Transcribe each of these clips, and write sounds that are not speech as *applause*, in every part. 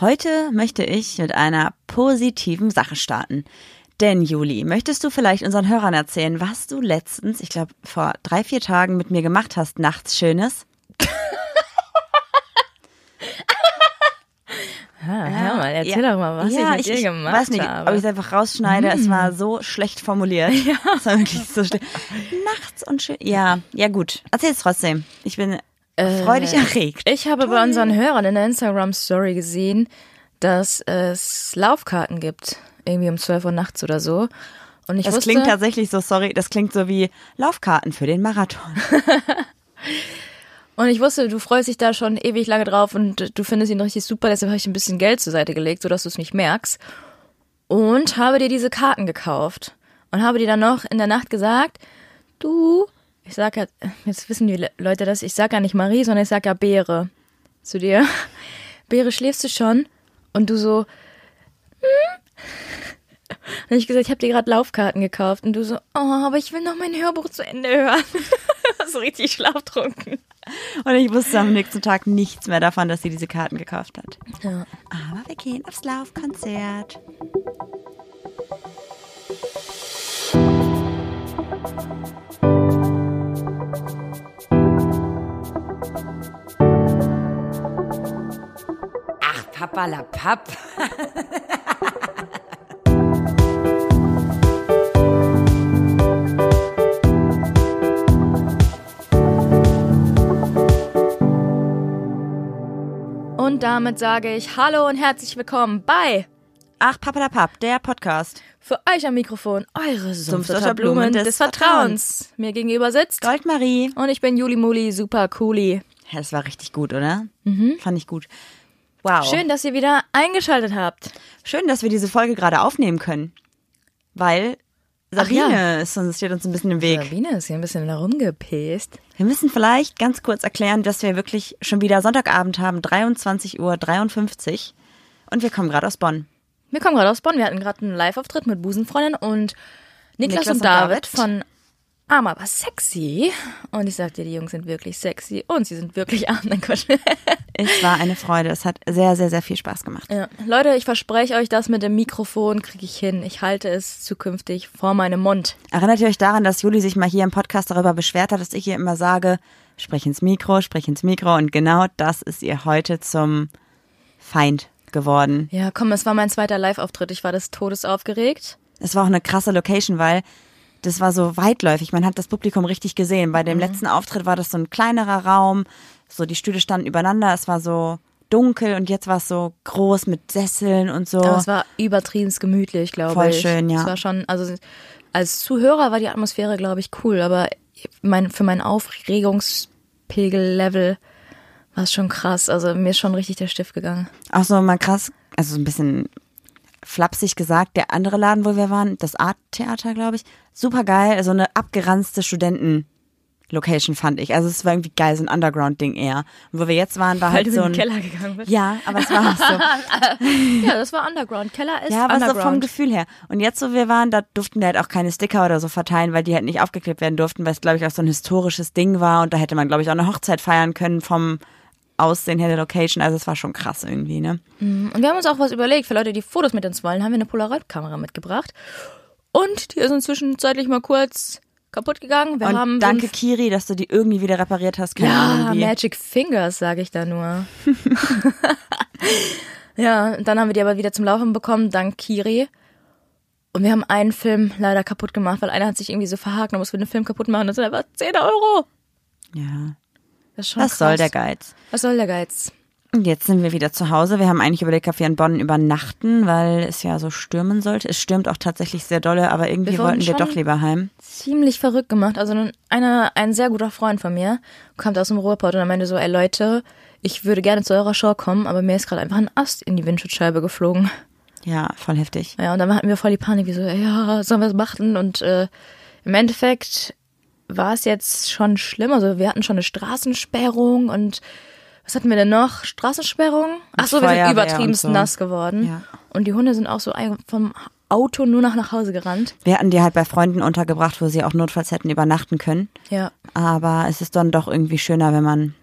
Heute möchte ich mit einer positiven Sache starten. Denn Juli, möchtest du vielleicht unseren Hörern erzählen, was du letztens, ich glaube vor drei, vier Tagen mit mir gemacht hast, nachts Schönes? Ah, hör mal, erzähl doch mal, was ich mit dir gemacht weiß nicht, habe. Mm. ob ich es einfach rausschneide. Es war so schlecht *laughs* formuliert. Ja. Es war wirklich so schlecht. Nachts und schön. Ja, ja gut. Erzähl es trotzdem. Ich bin freudig erregt. Äh, Ich habe bei unseren Hörern in der Instagram-Story gesehen, dass es Laufkarten gibt. Irgendwie um 12 Uhr nachts oder so. Und ich Das wusste, klingt tatsächlich so, sorry, das klingt so wie Laufkarten für den Marathon. und ich wusste, du freust dich da schon ewig lange drauf und du findest ihn richtig super, deshalb habe ich ein bisschen Geld zur Seite gelegt, sodass du es nicht merkst. Und habe dir diese Karten gekauft. Und habe dir dann noch in der Nacht gesagt, du, ich sag ja, jetzt wissen die Le- Leute das, ich sag ja nicht Marie, sondern ich sag ja Beere zu dir. *laughs* Beere, schläfst du schon? Und du so, hm? Und ich gesagt, ich habe dir gerade Laufkarten gekauft. Und du so, oh, aber ich will noch mein Hörbuch zu Ende hören. *laughs* so richtig schlaftrunken. Und ich wusste am nächsten Tag nichts mehr davon, dass sie diese Karten gekauft hat. Ja. Aber wir gehen aufs Laufkonzert. Ach, Papa la Papp. Und damit sage ich Hallo und herzlich willkommen bei Ach, Papalapap, der Podcast. für euch am Mikrofon eure Sumpfdotter Blumen Sumpfdotterblumen des, des Vertrauens. Mir gegenüber sitzt Goldmarie. und ich bin Juli Muli, super cooli. Ja, das war richtig gut, oder? Mhm. Fand ich gut. Wow. Schön, dass ihr wieder eingeschaltet habt. Schön, dass wir diese Folge gerade aufnehmen können. Weil Sabine ist uns, steht uns ein bisschen im Weg. Sabine ist hier ein bisschen herumgepäst. Wir müssen vielleicht ganz kurz erklären, dass wir wirklich schon wieder Sonntagabend haben, 23.53 Uhr. Und wir kommen gerade aus Bonn. Wir kommen gerade aus Bonn. Wir hatten gerade einen Live-Auftritt mit Busenfreundin und Niklas Niklas, und, und David David. von Arm aber sexy. Und ich sag dir, die Jungs sind wirklich sexy und sie sind wirklich arm. Nein, Quatsch. Es war eine Freude. Es hat sehr, sehr, sehr viel Spaß gemacht. ja. Leute, ich verspreche euch, das mit dem Mikrofon kriege ich hin. Ich halte es zukünftig vor meinem Mund. Erinnert ihr euch daran, dass Juli sich mal hier im Podcast darüber beschwert hat, dass ich ihr immer sage, sprich ins Mikro, sprich ins Mikro. Und genau das ist ihr heute zum Feind geworden. Ja, komm, es war mein zweiter Live-Auftritt. Ich war des Todes aufgeregt. Es war auch eine krasse Location, weil das war so weitläufig. Man hat das Publikum richtig gesehen. Bei dem letzten Auftritt war das so ein kleinerer Raum. So die Stühle standen übereinander. Es war so dunkel und jetzt war es so groß mit Sesseln und so. Aber es war übertrieben gemütlich, glaube Oh. Voll ich. schön, ja. Es war schon, also als Zuhörer war die Atmosphäre, glaube ich, cool, aber mein, für mein Aufregungspegel-Level war es schon krass. Also mir ist schon richtig der Stift gegangen. Auch so mal krass, also so ein bisschen flapsig gesagt, der andere Laden, wo wir waren, das Art-Theater, glaube ich, super geil, so eine abgeranzte Studenten-Location fand ich. Also es war irgendwie geil, so ein Underground-Ding eher. Und wo wir jetzt waren, war halt so ein... gegangen bist. Ja, Ja, aber es war auch so. das war Underground. Keller ist Ja, aber so Underground. vom Gefühl her. Und jetzt, wo wir waren, da durften wir halt auch keine Sticker oder so verteilen, weil die halt nicht aufgeklebt werden durften, weil es, glaube ich, auch so ein historisches Ding war. Und da hätte man, glaube ich, auch eine Hochzeit feiern können vom Aussehen her der Location. Also es war schon krass irgendwie, ne? Und wir haben uns auch was überlegt. Für Leute, die Fotos mit uns wollen, haben wir eine Polaroid-Kamera mitgebracht. Und die ist inzwischen zeitlich mal kurz kaputt gegangen. Wir Und haben so danke, ein- Kiri, dass du die irgendwie wieder repariert hast. Keine Ja, Ahnung wie. Magic Fingers, sage ich da nur. *laughs* ja, und dann haben wir die aber wieder zum Laufen bekommen, dank Kiri. Und wir haben einen Film leider kaputt gemacht, weil einer hat sich irgendwie so verhakt, dann mussten wir den Film kaputt machen, das sind einfach 10 Euro. Ja, Das ist schon was soll krass. der Geiz? Was soll der Geiz? Und jetzt sind wir wieder zu Hause. Wir haben eigentlich überlegt, ob wir in Bonn übernachten, weil es ja so stürmen sollte. Es stürmt auch tatsächlich sehr dolle, aber irgendwie Wir wurden wollten wir schon- doch lieber heim. ziemlich verrückt gemacht. Also ein- einer, ein sehr guter Freund von mir kommt aus dem Ruhrpott und er meinte so, ey Leute, ich würde gerne zu eurer Show kommen, aber mir ist gerade einfach ein Ast in die Windschutzscheibe geflogen. Ja, voll heftig. Ja, und dann hatten wir voll die Panik, wie so, ey, ja, sollen wir es machen? Und äh, im Endeffekt war es jetzt schon schlimm. Also wir hatten schon eine Straßensperrung und was hatten wir denn noch? Straßensperrung? Ach so, wir sind Feuerwehr übertrieben und so. nass geworden. Ja. Und die Hunde sind auch so ein- vom Auto nur noch nach Hause gerannt. Wir hatten die halt bei Freunden untergebracht, wo sie auch notfalls hätten übernachten können. Ja. Aber es ist dann doch irgendwie schöner, wenn man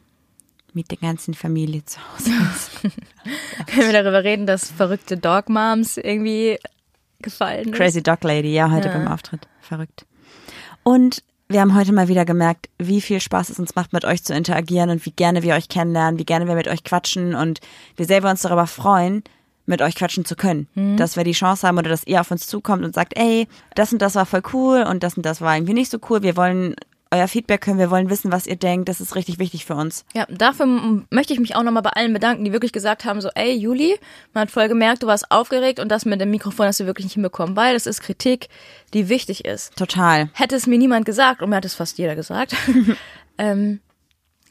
mit der ganzen Familie zu Hause ist. Können wir darüber reden, dass verrückte Dog Moms irgendwie gefallen ist? Crazy Dog Lady, ja, heute beim Auftritt. Verrückt. Und wir haben heute mal wieder gemerkt, wie viel Spaß es uns macht, mit euch zu interagieren und wie gerne wir euch kennenlernen, wie gerne wir mit euch quatschen und wir selber uns darüber freuen, mit euch quatschen zu können. Dass wir die Chance haben oder dass ihr auf uns zukommt und sagt, ey, das und das war voll cool und das und das war irgendwie nicht so cool. Wir wollen euer Feedback hören, wir wollen wissen, was ihr denkt. Das ist richtig wichtig für uns. Ja, dafür m- möchte ich mich auch nochmal bei allen bedanken, die wirklich gesagt haben, so, ey, Juli, man hat voll gemerkt, du warst aufgeregt und das mit dem Mikrofon hast du wirklich nicht hinbekommen, weil das ist Kritik, die wichtig ist. Total. Hätte es mir niemand gesagt, und mir hat es fast *laughs* jeder gesagt, ähm,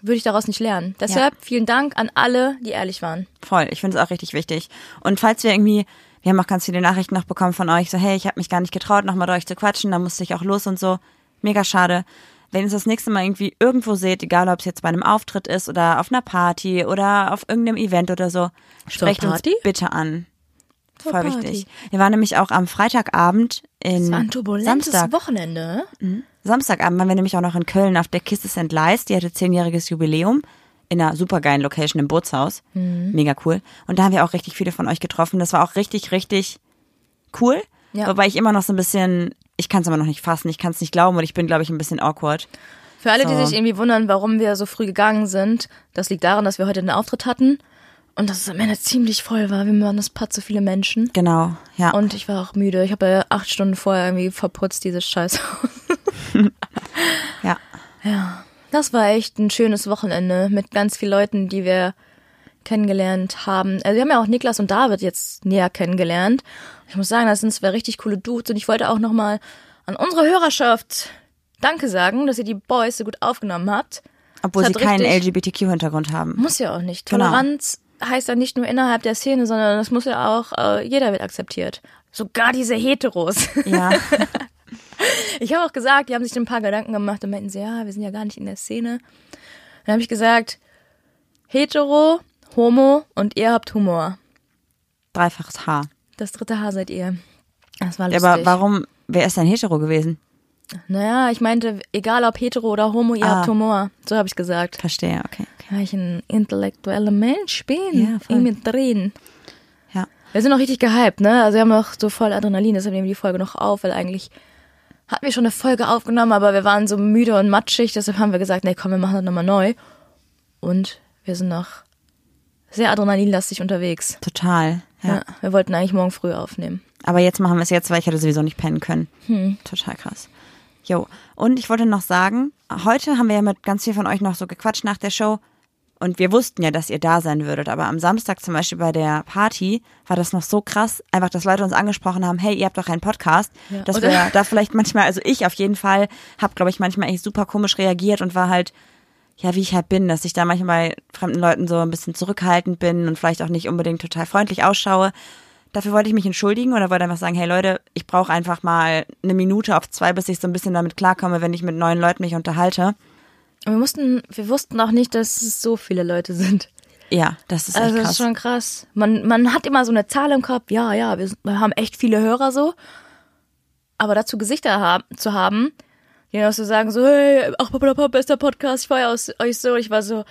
würde ich daraus nicht lernen. Deshalb vielen Dank an alle, die ehrlich waren. Voll, ich finde es auch richtig wichtig. Und falls wir irgendwie, wir haben auch ganz viele Nachrichten noch bekommen von euch, so hey, ich habe mich gar nicht getraut, nochmal mit euch zu quatschen, da musste ich auch los und so. Mega schade. Wenn ihr uns das nächste Mal irgendwie irgendwo seht, egal ob es jetzt bei einem Auftritt ist oder auf einer Party oder auf irgendeinem Event oder so, sprecht uns Party? bitte an. Zur Voll Party. wichtig. Wir waren nämlich auch am Freitagabend in Es war ein turbulentes Samstag. Wochenende. Samstagabend waren wir nämlich auch noch in Köln auf der Kisses and Lies. Die hatte zehnjähriges Jubiläum in einer supergeilen Location im Bootshaus. Mhm. Mega cool. Und da haben wir auch richtig viele von euch getroffen. Das war auch richtig, richtig cool. Ja. Wobei ich immer noch so ein bisschen, ich kann es immer noch nicht fassen, ich kann es nicht glauben und ich bin, glaube ich, ein bisschen awkward. Für alle, die So. sich irgendwie wundern, warum wir so früh gegangen sind, das liegt daran, dass wir heute einen Auftritt hatten und dass es am Ende ziemlich voll war. Wir waren das paar zu viele Menschen. Genau, ja. Und ich war auch müde. Ich habe ja acht Stunden vorher irgendwie verputzt, dieses Scheißhaus. ja. *laughs* Das war echt ein schönes Wochenende mit ganz vielen Leuten, die wir kennengelernt haben. Also wir haben ja auch Niklas und David jetzt näher kennengelernt. Ich muss sagen, das sind zwei richtig coole Dudes und ich wollte auch nochmal an unsere Hörerschaft Danke sagen, dass ihr die Boys so gut aufgenommen habt. Obwohl Es sie hat keinen richtig- LGBTQ-Hintergrund *laughs* haben. Muss ja auch nicht. Genau. Toleranz heißt ja nicht nur innerhalb der Szene, sondern das muss ja auch, äh, jeder wird akzeptiert. Sogar diese Heteros. *laughs* Ja, Ich habe auch gesagt, die haben sich ein paar Gedanken gemacht und meinten sie, ja, wir sind ja gar nicht in der Szene. Dann habe ich gesagt, hetero, homo und ihr habt Humor. dreifaches Haar. Das dritte Haar seid ihr. Das war Ja, lustig. aber warum, wer ist denn hetero gewesen? Naja, ich meinte, egal ob hetero oder homo, ihr Ah. habt Humor. So habe ich gesagt. Verstehe, okay. okay. Weil ich ein intellektueller Mensch bin. Ja, Ja, voll. mit drin. Ja. Wir sind auch richtig gehypt, ne? Also wir haben auch so voll Adrenalin, deshalb nehmen wir die Folge noch auf, weil eigentlich hatten wir schon eine Folge aufgenommen, aber wir waren so müde und matschig, deshalb haben wir gesagt, nee, komm, wir machen das nochmal neu. Und wir sind noch sehr adrenalinlastig unterwegs. Total. Ja. ja. wir wollten eigentlich morgen früh aufnehmen. Aber jetzt machen wir es jetzt, weil ich hätte sowieso nicht pennen können. Hm. Total krass. Jo. Und ich wollte noch sagen, heute haben wir ja mit ganz viel von euch noch so gequatscht nach der Show. Und wir wussten ja, dass ihr da sein würdet. Aber am Samstag zum Beispiel bei der Party war das noch so krass, einfach, dass Leute uns angesprochen haben, hey, ihr habt doch einen Podcast. Ja, dass oder? wir da vielleicht manchmal, also ich auf jeden Fall, habe, glaube ich, manchmal echt super komisch reagiert und war halt, ja, wie ich halt bin, dass ich da manchmal bei fremden Leuten so ein bisschen zurückhaltend bin und vielleicht auch nicht unbedingt total freundlich ausschaue. Dafür wollte ich mich entschuldigen oder wollte einfach sagen, hey Leute, ich brauche einfach mal eine Minute auf zwei, bis ich so ein bisschen damit klarkomme, wenn ich mit neuen Leuten mich unterhalte. Und wir mussten, wir wussten auch nicht, dass es so viele Leute sind. Ja, das ist Also echt das krass. ist schon krass. Man, man hat immer so eine Zahl im Kopf, ja, ja, wir, sind- wir haben echt viele Hörer so. Aber dazu Gesichter haben, zu haben, die dann auch so sagen, so, hey, ach, Papa, bester Podcast, ich feier aus euch so. Ich war so,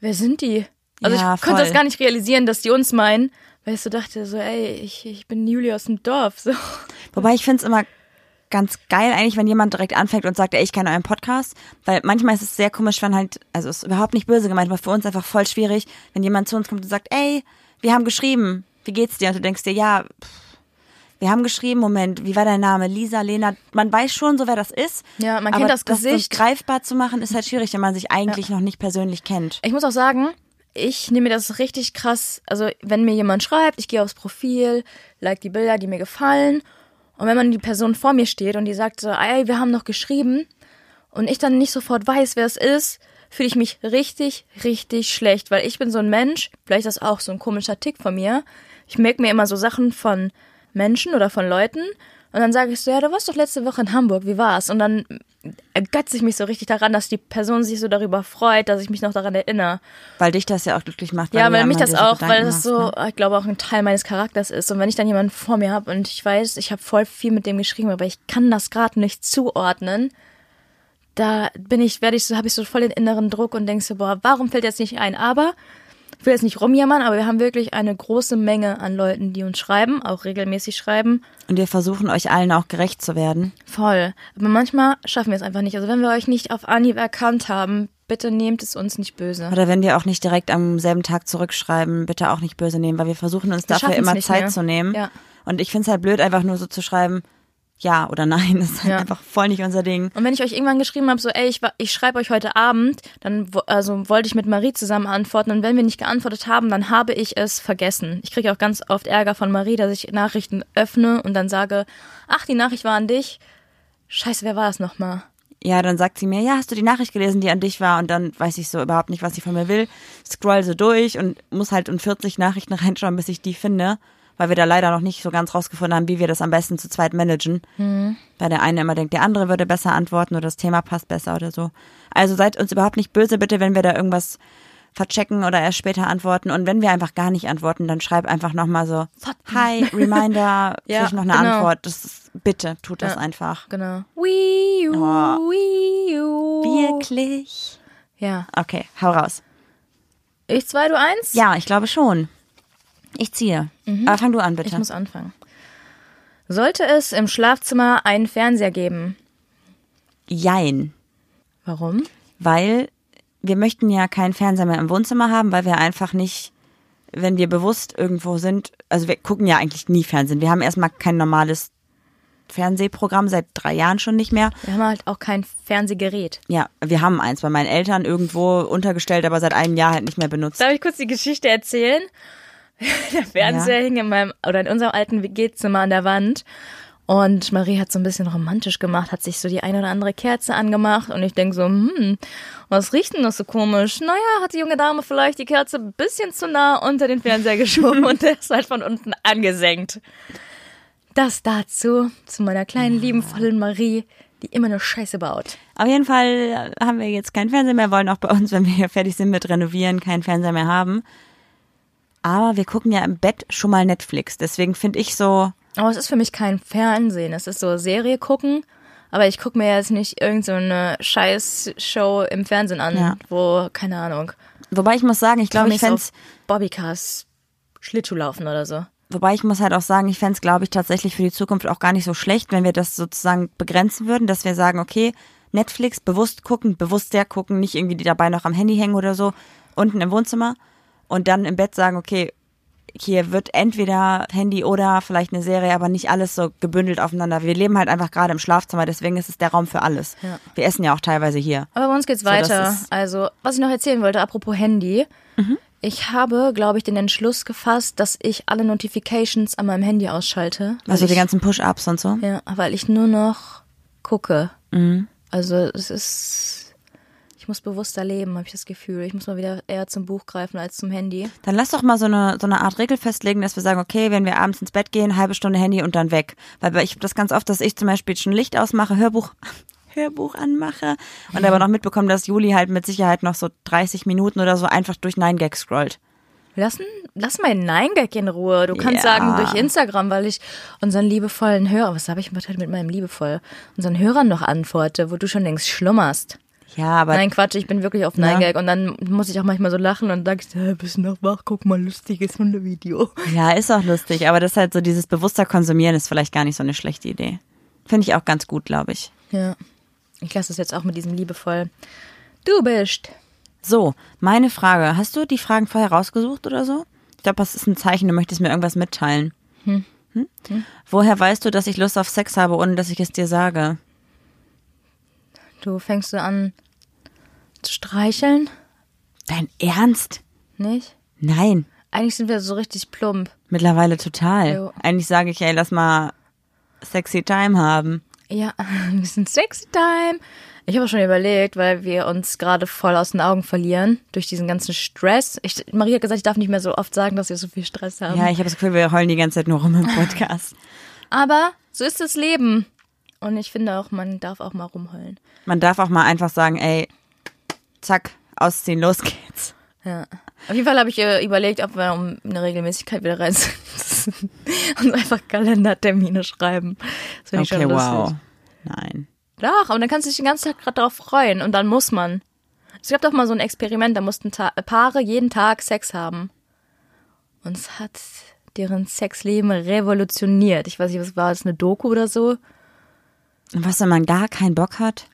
wer sind die? Also Ja, ich konnte das voll. gar nicht realisieren, dass die uns meinen, weil ich so dachte, so, ey, ich, ich bin Juli aus dem Dorf. So. Wobei ich finde es immer ganz geil eigentlich, wenn jemand direkt anfängt und sagt, ey, ich kenne euren Podcast, weil manchmal ist es sehr komisch, wenn halt, also es ist überhaupt nicht böse gemeint, aber für uns einfach voll schwierig, wenn jemand zu uns kommt und sagt, ey, wir haben geschrieben, wie geht's dir? Und du denkst dir, ja, pff, wir haben geschrieben, Moment, wie war dein Name? Lisa, Lena, man weiß schon so, wer das ist. Ja, man aber kennt das Das Gesicht. so greifbar zu machen, ist *laughs* halt schwierig, wenn man sich eigentlich noch nicht persönlich kennt. Ich muss auch sagen, ich nehme mir das richtig krass. Also, wenn mir jemand schreibt, ich gehe aufs Profil, like die Bilder, die mir gefallen. Und wenn man die Person vor mir steht und die sagt so, ey, wir haben noch geschrieben und ich dann nicht sofort weiß, wer es ist, fühle ich mich richtig, richtig schlecht, weil ich bin so ein Mensch, vielleicht ist das auch so ein komischer Tick von mir. Ich merke mir immer so Sachen von Menschen oder von Leuten und dann sage ich so, ja, du warst doch letzte Woche in Hamburg, wie war's? Und dann ergötze ich mich so richtig daran, dass die Person sich so darüber freut, dass ich mich noch daran erinnere. Weil dich das ja auch glücklich macht. Ja, du weil mich immer das dir so auch, weil Gedanken das machst, so, ne? ich glaube, auch ein Teil meines Charakters ist. Und wenn ich dann jemanden vor mir habe und ich weiß, ich habe voll viel mit dem geschrieben, aber ich kann das gerade nicht zuordnen, da bin ich, werde ich so, habe ich so voll den inneren Druck und denkst so, boah, warum fällt jetzt nicht ein? Aber ich will jetzt nicht rumjammern, aber wir haben wirklich eine große Menge an Leuten, die uns schreiben, auch regelmäßig schreiben. Und wir versuchen euch allen auch gerecht zu werden. Voll. Aber manchmal schaffen wir es einfach nicht. Also wenn wir euch nicht auf Anhieb erkannt haben, bitte nehmt es uns nicht böse. Oder wenn wir auch nicht direkt am selben Tag zurückschreiben, bitte auch nicht böse nehmen, weil wir versuchen uns dafür schaffen's immer nicht Zeit mehr. zu nehmen. Ja. Und ich finde es halt blöd, einfach nur so zu schreiben, ja oder nein. Das ist halt Ja. einfach voll nicht unser Ding. Und wenn ich euch irgendwann geschrieben habe, so, ey, ich, wa- ich schreibe euch heute Abend, dann wo- also wollte ich mit Marie zusammen antworten. Und wenn wir nicht geantwortet haben, dann habe ich es vergessen. Ich kriege auch ganz oft Ärger von Marie, dass ich Nachrichten öffne und dann sage, ach, die Nachricht war an dich. Scheiße, wer war es nochmal? Ja, dann sagt sie mir, ja, hast du die Nachricht gelesen, die an dich war? Und dann weiß ich so überhaupt nicht, was sie von mir will. Scroll so durch und muss halt in 40 Nachrichten *laughs* reinschauen, bis ich die finde. Weil wir da leider noch nicht so ganz rausgefunden haben, wie wir das am besten zu zweit managen. Mhm. Weil der eine immer denkt, der andere würde besser antworten oder das Thema passt besser oder so. Also seid uns überhaupt nicht böse, bitte, wenn wir da irgendwas verchecken oder erst später antworten. Und wenn wir einfach gar nicht antworten, dann schreib einfach nochmal so, Fuck. *laughs* hi, Reminder, Ja, krieg ich noch eine genau. Antwort. Das ist, bitte, tut das Ja. einfach. Genau. Wii U, Oh. Wii U. Wirklich? Ja. Okay, hau raus. Ich zwei, du eins? Ja, ich glaube schon. Ich ziehe. Aber fang du an, Mhm. Ich bitte. muss anfangen. Sollte es im Schlafzimmer einen Fernseher geben? Jein. Warum? Weil wir möchten ja keinen Fernseher mehr im Wohnzimmer haben, weil wir einfach nicht, wenn wir bewusst irgendwo sind, also wir gucken ja eigentlich nie Fernsehen. Wir haben erstmal kein normales Fernsehprogramm, seit drei Jahren schon nicht mehr. Wir haben halt auch kein Fernsehgerät. Ja, wir haben eins bei meinen Eltern irgendwo untergestellt, aber seit einem Jahr halt nicht mehr benutzt. Darf ich kurz die Geschichte erzählen? *laughs* Der Fernseher hing in meinem oder in unserem alten WG-Zimmer an der Wand. Und Marie hat so ein bisschen romantisch gemacht, hat sich so die eine oder andere Kerze angemacht und ich denke so, hm, was riecht denn das so komisch? Naja, hat die junge Dame vielleicht die Kerze ein bisschen zu nah unter den Fernseher *laughs* geschoben und der ist halt von unten angesenkt. Das dazu, zu meiner kleinen, liebenvollen Marie, die immer nur Scheiße baut. Auf jeden Fall haben wir jetzt keinen Fernseher mehr, wollen auch bei uns, wenn wir hier fertig sind mit Renovieren, keinen Fernseher mehr haben. Aber wir gucken ja im Bett schon mal Netflix. Deswegen finde ich so, Aber es ist für mich kein Fernsehen. Es ist so Serie gucken. Aber ich gucke mir jetzt nicht irgendeine so Scheiß-Show im Fernsehen an, Ja. wo, keine Ahnung, wobei ich muss sagen, ich glaube, ich fände auf Bobbycars Schlittschuhlaufen oder so. wobei ich muss halt auch sagen, ich fände es, glaube ich, tatsächlich für die Zukunft auch gar nicht so schlecht, wenn wir das sozusagen begrenzen würden, dass wir sagen, okay, Netflix bewusst gucken, bewusst sehr gucken, nicht irgendwie die dabei noch am Handy hängen oder so, unten im Wohnzimmer und dann im Bett sagen, okay, hier wird entweder Handy oder vielleicht eine Serie, aber nicht alles so gebündelt aufeinander. Wir leben halt einfach gerade im Schlafzimmer, deswegen ist es der Raum für alles. Ja. Wir essen ja auch teilweise hier. Aber bei uns geht's das weiter. ist- Mhm. Also, was ich noch erzählen wollte, apropos Handy. Ich habe, glaube ich, den Entschluss gefasst, dass ich alle Notifications an meinem Handy ausschalte. weil Also die ich- ganzen Push-Ups und so. Ja, weil ich nur noch gucke. Also es ist. Ich muss bewusster leben, habe ich das Gefühl. Ich muss mal wieder eher zum Buch greifen als zum Handy. Dann lass doch mal so eine, so eine Art Regel festlegen, dass wir sagen, okay, wenn wir abends ins Bett gehen, halbe Stunde Handy und dann weg. Weil ich habe das ganz oft, dass ich zum Beispiel schon Licht ausmache, Hörbuch, *laughs* Hörbuch anmache und aber noch mitbekomme, dass Juli halt mit Sicherheit noch so 30 Minuten oder so einfach durch Nine Gag scrollt. Lassen, lass meinen Nein-Gag in Ruhe. Du kannst Ja. sagen, durch Instagram, weil ich unseren liebevollen Hörer, was habe ich heute mit meinem liebevoll, unseren Hörern noch antworte, wo du schon längst schlummerst. Ja, aber Nein, Quatsch, ich bin wirklich auf Nein-Gag und dann muss ich auch manchmal so lachen und sag ich, "Hä, bist du noch wach, guck mal, lustiges Hundevideo. ja, ist auch lustig. Aber das ist halt so dieses bewusster Konsumieren ist vielleicht gar nicht so eine schlechte Idee. Finde ich auch ganz gut, glaube ich. Ja. Ich lasse es jetzt auch mit diesem liebevoll. Du bist So, meine Frage. Hast du die Fragen vorher rausgesucht oder so? Ich glaube, das ist ein Zeichen, du möchtest mir irgendwas mitteilen. Hm? Woher weißt du, dass ich Lust auf Sex habe, ohne dass ich es dir sage? Du fängst so an zu streicheln, Dein Ernst? nicht? Nein, Eigentlich sind wir so richtig plump. mittlerweile total. Jo. Eigentlich sage ich, ey, lass mal sexy time haben. Ja, *laughs* ein bisschen sexy time. Ich habe auch schon überlegt, weil wir uns gerade voll aus den Augen verlieren durch diesen ganzen Stress. Ich, Maria hat gesagt, ich darf nicht mehr so oft sagen, dass wir so viel Stress haben. Ja, ich habe das Gefühl, wir heulen die ganze Zeit nur rum *laughs* im Podcast. Aber so ist das Leben. Und ich finde auch, man darf auch mal rumheulen. Man darf auch mal einfach sagen, ey, zack, ausziehen, los geht's. Ja. Auf jeden Fall habe ich äh, überlegt, ob wir um eine Regelmäßigkeit wieder rein *laughs* und einfach Kalendertermine schreiben. Das finde ich Okay, schon lustig. wow. Nein. Doch, aber dann kannst du dich den ganzen Tag gerade drauf freuen und dann muss man. Es gab doch mal so ein Experiment, da mussten Ta Paare jeden Tag Sex haben. Und es hat deren Sexleben revolutioniert. Ich weiß nicht, was war das, eine Doku oder so? Und was, wenn man gar keinen Bock hat?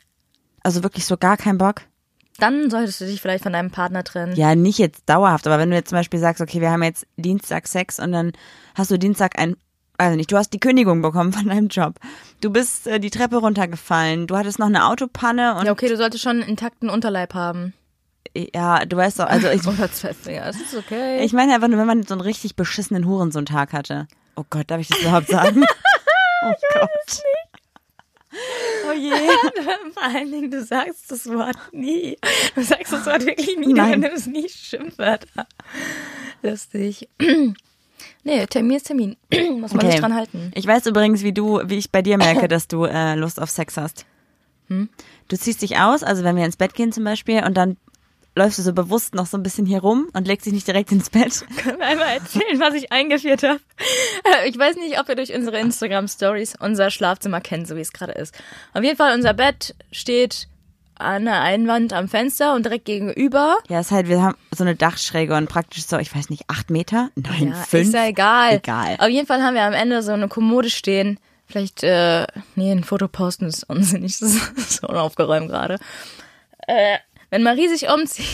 Also wirklich so gar keinen Bock? Dann solltest du dich vielleicht von deinem Partner trennen. Ja, nicht jetzt dauerhaft, aber wenn du jetzt zum Beispiel sagst, okay, wir haben jetzt Dienstag Sex und dann hast du Dienstag ein, also nicht, du hast die Kündigung bekommen von deinem Job. Du bist äh, die Treppe runtergefallen, du hattest noch eine Autopanne und Ja, okay, du solltest schon einen intakten Unterleib haben. ja, du weißt doch, also *laughs* ich, Oder zwei Finger, das ist okay. ich meine einfach nur, wenn man so einen richtig beschissenen Hurensohn-Tag hatte. Oh Gott, darf ich das überhaupt *laughs* sagen? Oh Gott. Oh je. *laughs* Vor allen Dingen, du sagst das Wort nie. Du sagst das Wort wirklich nie, Nein. du nimmst nie Schimpfwörter. Lustig. *clears throat* Nee, Termin ist Termin. *clears throat* Muss man sich *laughs* dran halten. Ich weiß übrigens, wie du, wie ich bei dir *coughs* merke, dass du äh, Lust auf Sex hast. Hm? Du ziehst dich aus, also wenn wir ins Bett gehen zum Beispiel, und dann läufst du so bewusst noch so ein bisschen hier rum und legst dich nicht direkt ins *laughs* Bett. Können wir einmal erzählen, was ich eingeführt habe? Äh, Ich weiß nicht, ob ihr durch unsere Instagram-Stories unser Schlafzimmer kennt, so wie es gerade ist. Auf jeden Fall, unser Bett steht an der Einwand am Fenster und direkt gegenüber. Ja, ist halt, wir haben so eine Dachschräge und praktisch so, ich weiß nicht, acht Meter? Nein, Ja, fünf? ist ja egal. Egal. Auf jeden Fall haben wir am Ende so eine Kommode stehen. Vielleicht, äh, nee, ein Foto posten ist unsinnig. Das *laughs* ist so unaufgeräumt gerade. Äh, wenn Marie sich umzieht,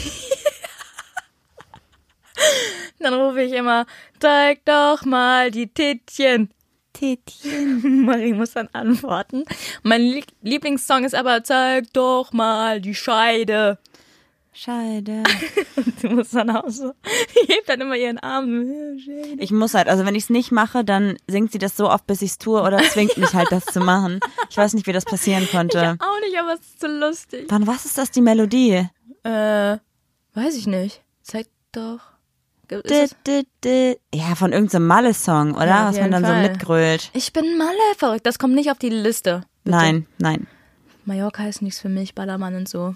*laughs* dann rufe ich immer, zeig doch mal die Tittchen. *laughs* Marie muss dann antworten. Mein Lie- Lieblingssong ist aber, zeig doch mal die Scheide. *laughs* Scheide. Du musst dann auch so, *laughs* die hebt dann immer ihren Arm. Ich muss halt, also wenn ich es nicht mache, dann singt sie das so oft, bis ich es tue oder zwingt mich halt, das zu machen. Ich weiß nicht, wie das *laughs* passieren konnte. Auch nicht, aber es ist so lustig. Wann, was ist das, die Melodie? Äh, weiß ich nicht. Zeig doch. Ge- ist Di, es- di, di. Ja, von irgendeinem Malle-Song, oder? Ja, auf Was man jeden dann Fall. so mitgrölt. Ich bin Malle verrückt. Das kommt nicht auf die Liste. Nein, nein. Mallorca ist nichts für mich, Ballermann und so.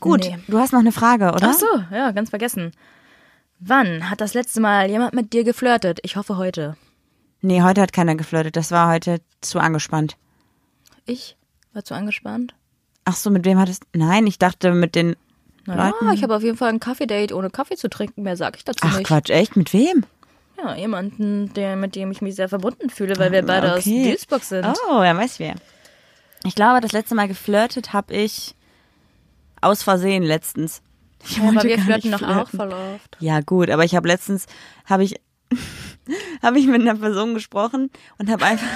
Gut, Nee. du hast noch eine Frage, oder? Ach so, ja, ganz vergessen. Wann hat das letzte Mal jemand mit dir geflirtet? Ich hoffe heute. Nee, heute hat keiner geflirtet. Das war heute zu angespannt. Ich war zu angespannt. Ach so, mit wem hattest Nein, ich dachte mit den Naja, Leuten. Ah, ich habe auf jeden Fall ein Kaffee-Date ohne Kaffee zu trinken. Mehr sage ich dazu Ach nicht. Quatsch, echt? Mit wem? Ja, jemanden, der, mit dem ich mich sehr verbunden fühle, weil wir beide aus Okay. Duisburg sind. Oh, ja, weiß wer. Ich glaube, das letzte Mal geflirtet habe ich aus Versehen letztens. Ich aber wollte wir gar flirten nicht doch auch voll oft. Ja, gut, aber ich habe letztens habe ich *laughs* habe ich mit einer Person gesprochen und habe einfach *laughs*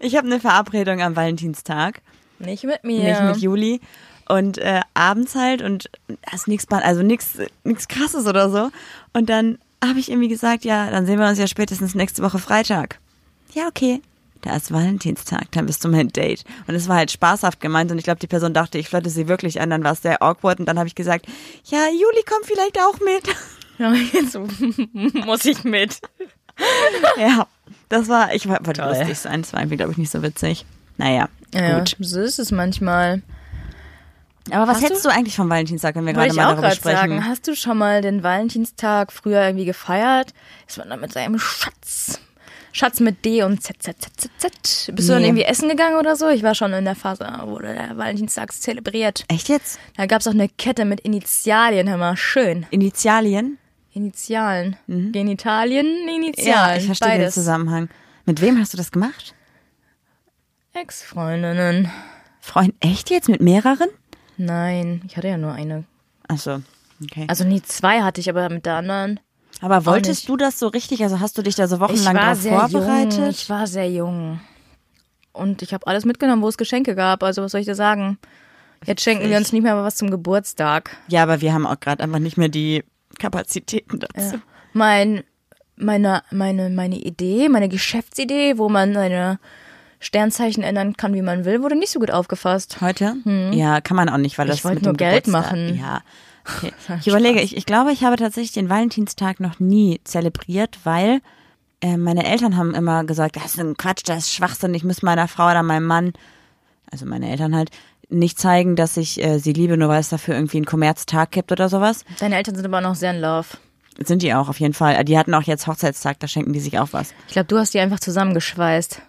Ich habe eine Verabredung am Valentinstag, Nicht mit mir. nicht mit Juli und äh, abends halt und das ist nichts also nichts nichts krasses oder so und dann habe ich irgendwie gesagt, ja, dann sehen wir uns ja spätestens nächste Woche Freitag. Ja, okay. Da ist Valentinstag, dann bist du mein Date. Und es war halt spaßhaft gemeint und ich glaube, die Person dachte, ich flirte sie wirklich an, dann war es sehr awkward und dann habe ich gesagt, ja, Juli kommt vielleicht auch mit. *laughs* Ja, *laughs* jetzt muss ich mit. ja, das war, ich wollte Toll. lustig sein, das war irgendwie, glaube ich, nicht so witzig. Naja, Ja, gut. so ist es manchmal. Aber was Hast du- hättest du? eigentlich vom Valentinstag, wenn wir gerade Wollte ich mal auch darüber gerade sprechen? sagen, hast du schon mal den Valentinstag früher irgendwie gefeiert? Ist man da mit seinem Schatz? Schatz mit D und Z, Z, Z, Z, Z. Bist du dann Nee. irgendwie essen gegangen oder so? Ich war schon in der Phase, wo der Valentinstag zelebriert. Echt jetzt? Da gab's auch eine Kette mit Initialien, hör mal, schön. Initialien? Initialen. Genitalien, Mhm. Ja, Initialen. ich verstehe den Beides. Zusammenhang. Mit wem hast du das gemacht? Ex-Freundinnen. Freund, echt jetzt? Mit mehreren? Nein, ich hatte ja nur eine. Achso, okay. Also nie zwei hatte ich, aber mit der anderen. Aber nicht. wolltest du das so richtig? Also hast du dich da so wochenlang drauf vorbereitet? Jung. Ich war sehr jung. Und ich habe alles mitgenommen, wo es Geschenke gab. Also was soll ich dir sagen? Jetzt schenken wir uns nicht mehr was zum Geburtstag. Ja, aber wir haben auch gerade einfach nicht mehr die Kapazitäten dazu. Mein, meine, meine, meine Idee, meine Geschäftsidee, wo man seine Sternzeichen ändern kann, wie man will, wurde nicht so gut aufgefasst. Heute? Ja, kann man auch nicht, weil Mhm. Ich das wollte mit nur dem Geld Geburtstag, machen. *laughs* Ja. Okay. Ich überlege, ich, ich glaube, ich habe tatsächlich den Valentinstag noch nie zelebriert, weil äh, meine Eltern haben immer gesagt, das ist ein Quatsch, das ist Schwachsinn, ich muss meiner Frau oder meinem Mann, also meine Eltern halt, nicht zeigen, dass ich äh, sie liebe, nur weil es dafür irgendwie einen Kommerztag gibt oder sowas. Deine Eltern sind aber noch sehr in Love. sind die auch auf jeden Fall. Die hatten auch jetzt Hochzeitstag, da schenken die sich auch was. Ich glaube, du hast die einfach zusammengeschweißt.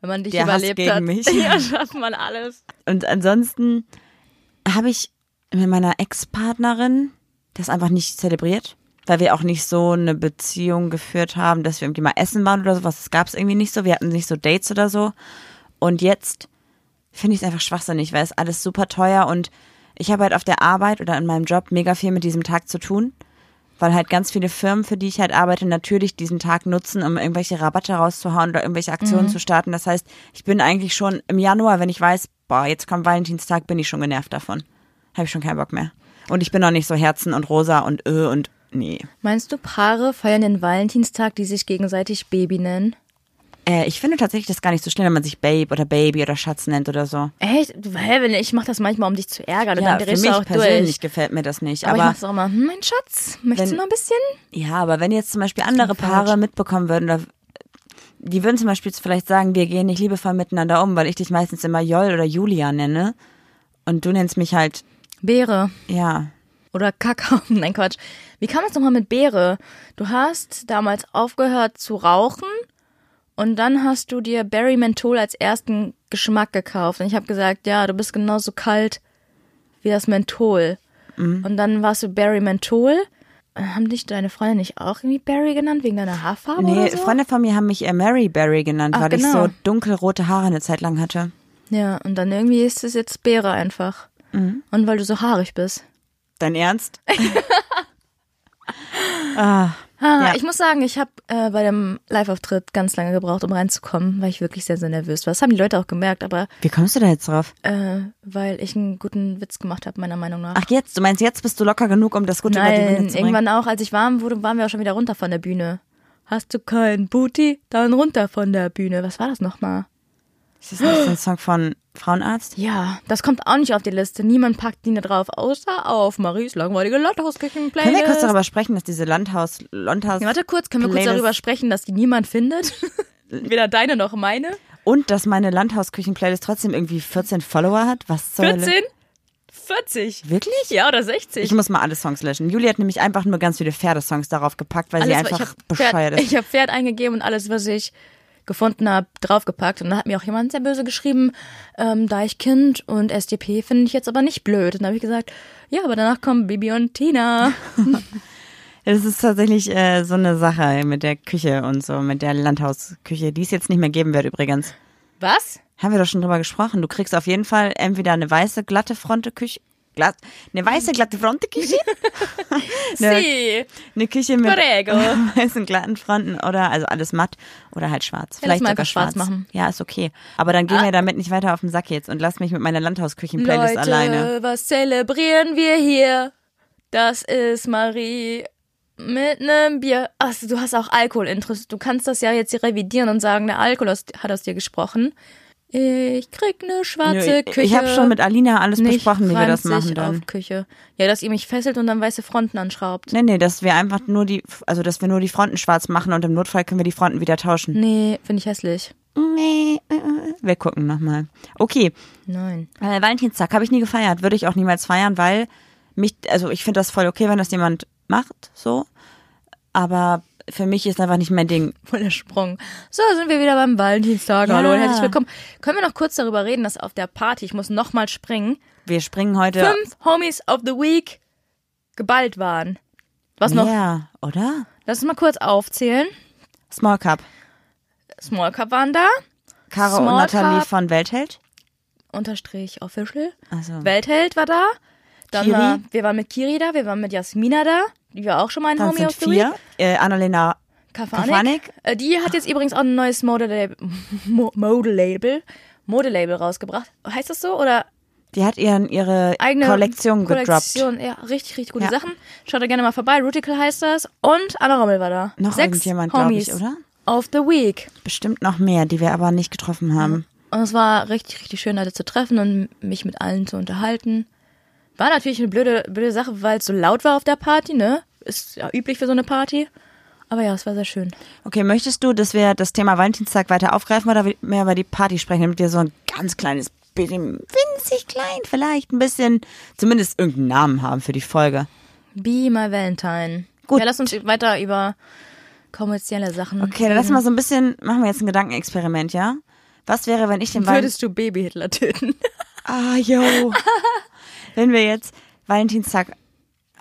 Wenn man dich Der Hass überlebt gegen hat. mich. *laughs* Ja, schafft man alles. Und ansonsten habe ich mit meiner Ex-Partnerin das einfach nicht zelebriert, weil wir auch nicht so eine Beziehung geführt haben, dass wir irgendwie mal essen waren oder sowas. Das gab es irgendwie nicht so. Wir hatten nicht so Dates oder so. Und jetzt finde ich es einfach schwachsinnig, weil es alles super teuer und ich habe halt auf der Arbeit oder in meinem Job mega viel mit diesem Tag zu tun, weil halt ganz viele Firmen, für die ich halt arbeite, natürlich diesen Tag nutzen, um irgendwelche Rabatte rauszuhauen oder irgendwelche Mhm. Aktionen zu starten. Das heißt, ich bin eigentlich schon im Januar, wenn ich weiß, boah, jetzt kommt Valentinstag, bin ich schon genervt davon. Habe ich schon keinen Bock mehr. Und ich bin noch nicht so Herzen und Rosa und Ö und nee. Meinst du, Paare feiern den Valentinstag, die sich gegenseitig Baby nennen? Äh, ich finde tatsächlich das gar nicht so schlimm, wenn man sich Babe oder Baby oder Schatz nennt oder so. Echt? Hä, wenn- ich mache das manchmal, um dich zu ärgern. und Ja, dann für drehst du mich auch persönlich durch. gefällt mir das nicht. Aber, Aber, ich mach's auch mal. Hm, mein Schatz, möchtest du Wenn- noch ein bisschen? Ja, aber wenn jetzt zum Beispiel andere klingt falsch. Paare mitbekommen würden, oder die würden zum Beispiel jetzt vielleicht sagen, wir gehen nicht liebevoll miteinander um, weil ich dich meistens immer Jol oder Julia nenne und du nennst mich halt, Beere ja, oder Kakao. *laughs* Nein, Quatsch. Wie kam es nochmal mit Beere? Du hast damals aufgehört zu rauchen und dann hast du dir Berry Menthol als ersten Geschmack gekauft. Und ich habe gesagt, ja, du bist genauso kalt wie das Menthol. Mhm. Und dann warst du Berry Menthol. Haben dich deine Freunde nicht auch irgendwie Berry genannt, wegen deiner Haarfarbe nee, oder so? Freunde von mir haben mich eher Mary Berry genannt, Ach, weil genau. ich so dunkelrote Haare eine Zeit lang hatte. Ja, und dann irgendwie ist es jetzt Beere einfach. Mhm. Und weil du so haarig bist. Dein Ernst? Ah, Ja. Ich muss sagen, ich habe äh, bei dem Live-Auftritt ganz lange gebraucht, um reinzukommen, weil ich wirklich sehr, sehr nervös war. Das haben die Leute auch gemerkt, aber Wie kommst du da jetzt drauf? äh, weil ich einen guten Witz gemacht habe, meiner Meinung nach. Ach jetzt, du meinst, jetzt bist du locker genug, um das Gute über die Bühne Nein, zu bringen? irgendwann auch, als ich warm wurde, waren wir auch schon wieder runter von der Bühne. Hast du keinen Booty? Dann runter von der Bühne. Was war das nochmal? Ist das nicht so ein Song von Frauenarzt? Ja, das kommt auch nicht auf die Liste. Niemand packt die da drauf, außer auf Maries langweilige Landhausküchen-Playlist. Können wir kurz darüber sprechen, dass diese Landhaus, Landhaus Ja, Warte kurz, können wir kurz Playlist- darüber sprechen, dass die niemand findet? *laughs* Weder deine noch meine. Und dass meine Landhausküchen-Playlist trotzdem irgendwie 14 Follower hat? Was zur Hölle? 14? 40? Wirklich? Ja, oder Ich 60? muss mal alle Songs löschen. Julie hat nämlich einfach nur ganz viele Pferdesongs darauf gepackt, weil sie Alles, einfach ich hab bescheuert Pferd, ist. Ich habe Pferd eingegeben und alles, was ich gefunden habe, draufgepackt. Und dann hat mir auch jemand sehr böse geschrieben, ähm, Deichkind und SDP finde ich jetzt aber nicht blöd. Und dann habe ich gesagt, ja, aber danach kommen Bibi und Tina. Das ist tatsächlich äh, so eine Sache mit der Küche und so, mit der Landhausküche, die es jetzt nicht mehr geben wird übrigens. *laughs* Was? Haben wir doch schon drüber gesprochen. Du kriegst auf jeden Fall entweder eine weiße, glatte Fronteküche. Glatt, eine weiße, glatte *laughs* Fronteküche? *laughs* Eine- Sie. Eine Küche mit *laughs* Prego. weißen glatten Fronten oder also alles matt oder halt schwarz. Vielleicht mal sogar einfach schwarz machen. Ah. Ja, ist okay. Aber dann gehen wir damit nicht weiter auf den Sack jetzt und lass mich mit meiner Landhausküchen-Playlist Leute, alleine. was zelebrieren wir hier? Das ist Marie mit einem Bier. Achso, du hast auch Alkoholinteresse. Du kannst das ja jetzt hier revidieren und sagen, der Alkohol aus, hat aus dir gesprochen. Ich krieg eine schwarze Nö, ich Küche. ich habe schon mit Alina alles Nicht besprochen, wie wir das 20 machen dann. Auf Küche. Ja, dass ihr mich fesselt und dann weiße Fronten anschraubt. Nee, nee, dass wir einfach nur die, also dass wir nur die Fronten schwarz machen und im Notfall können wir die Fronten wieder tauschen. Nee, finde ich hässlich. Nee. Wir gucken nochmal. Okay, Nein. *laughs* Äh, Valentinstag habe ich nie gefeiert, würde ich auch niemals feiern, weil mich, also ich finde das voll okay, wenn das jemand macht, so. Aber für mich ist einfach nicht mein Ding. Voll der Sprung. So, sind wir wieder beim Valentinstag. Hallo und Ja. herzlich willkommen. Können wir noch kurz darüber reden, dass auf der Party, ich muss nochmal springen, Wir springen heute. fünf Homies of the Week geballt waren. Was noch? Ja, oder? Lass uns mal kurz aufzählen. Small Cup. Small Cup waren da. Caro Small und Nathalie Cup. von Weltheld. Unterstrich official. Also, Weltheld war da. Dann Kiri. War, wir waren mit Kiri da, wir waren mit Jasmina da. Die war auch schon mal ein dann Homie sind of the Week. vier. Äh, Annalena Kafanik. Kafanik. Äh, Die hat jetzt übrigens auch ein neues Modelabel *laughs* Mo Modelabel Modelabel rausgebracht. Heißt das so? Oder Die hat ihren, ihre eigene Kollektion gedroppt. Kollektion. Ja, richtig, richtig gute Ja. Sachen. Schaut da gerne mal vorbei. Rutical heißt das. Und Anna Rommel war da. Noch Sechs irgendjemand, glaub Homies ich, oder? Of the Week. Bestimmt noch mehr, die wir aber nicht getroffen haben. Und es war richtig, richtig schön, Leute zu treffen und mich mit allen zu unterhalten. War natürlich eine blöde, blöde Sache, weil es so laut war auf der Party, ne? Ist ja üblich für so eine Party. Aber ja, es war sehr schön. Okay, möchtest du, dass wir das Thema Valentinstag weiter aufgreifen oder wir- mehr über die Party sprechen, damit wir so ein ganz kleines bisschen, winzig klein vielleicht, ein bisschen, zumindest irgendeinen Namen haben für die Folge. Be my Valentine. Gut. Ja, lass uns weiter über kommerzielle Sachen. Okay, dann lass mal so ein bisschen, machen wir jetzt ein Gedankenexperiment, ja? Was wäre, wenn ich den Wein. Würdest du Baby Hitler töten? Ah, *laughs* yo. Wenn wir jetzt Valentinstag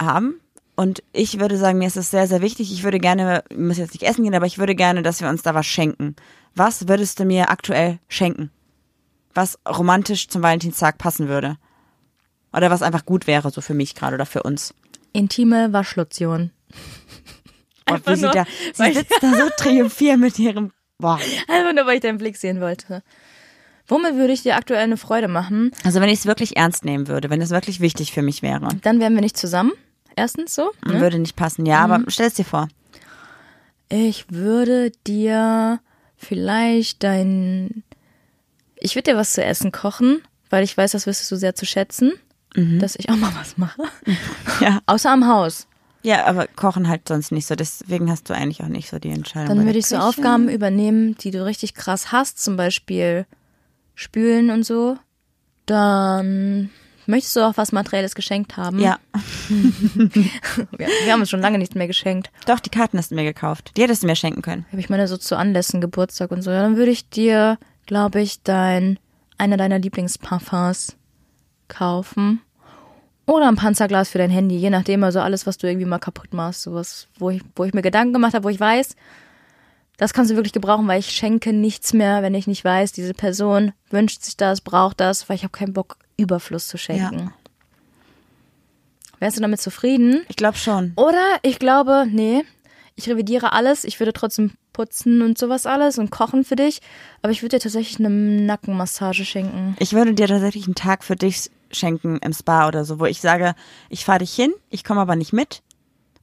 haben und ich würde sagen, mir ist es sehr, sehr wichtig. Ich würde gerne, wir müssen jetzt nicht essen gehen, aber ich würde gerne, dass wir uns da was schenken. Was würdest du mir aktuell schenken? Was romantisch zum Valentinstag passen würde? Oder was einfach gut wäre, so für mich gerade oder für uns. Intime Waschlotion. Und Einfach wie sie nur, da, sie weil- sitzt da *laughs* so triumphierend mit ihrem, boah. *laughs* Einfach nur, weil ich deinen Blick sehen wollte. Womit würde ich dir aktuell eine Freude machen? Also wenn ich es wirklich ernst nehmen würde, wenn es wirklich wichtig für mich wäre, Dann wären wir nicht zusammen. Erstens so. Ne? würde nicht passen. Ja, aber stell es dir vor. Ich würde dir vielleicht dein. Ich würde dir was zu essen kochen, weil ich weiß, das wirst du sehr zu schätzen, dass ich auch mal was mache. Mhm. *laughs* Ja. *laughs* Außer am Haus. Ja, aber kochen halt sonst nicht so. Deswegen hast du eigentlich auch nicht so die Entscheidung. bei Dann der würde ich so Küche. Aufgaben übernehmen, die du richtig krass hast, zum Beispiel spülen und so. Dann möchtest du auch was Materielles geschenkt haben. Ja, Wir, wir haben uns schon lange nichts mehr geschenkt. doch, die Karten hast du mir gekauft. Die hättest du mir schenken können. Habe ich meine so zu Anlässen, Geburtstag und so. Ja, dann würde ich dir, glaube ich, dein einer deiner Lieblingsparfums kaufen. Oder ein Panzerglas für dein Handy, je nachdem, also alles, was du irgendwie mal kaputt machst, sowas, wo ich, wo ich mir Gedanken gemacht habe, wo ich weiß, das kannst du wirklich gebrauchen, weil ich schenke nichts mehr, wenn ich nicht weiß, diese Person wünscht sich das, braucht das, weil ich habe keinen Bock, Überfluss zu schenken. Wärst du damit zufrieden? Ich glaube schon. Oder ich glaube, nee, ich revidiere alles. Ich würde trotzdem putzen und sowas alles und kochen für dich. Aber ich würde dir tatsächlich eine Nackenmassage schenken. Ich würde dir tatsächlich einen Tag für dich schenken im Spa oder so, wo ich sage, ich fahre dich hin, ich komme aber nicht mit.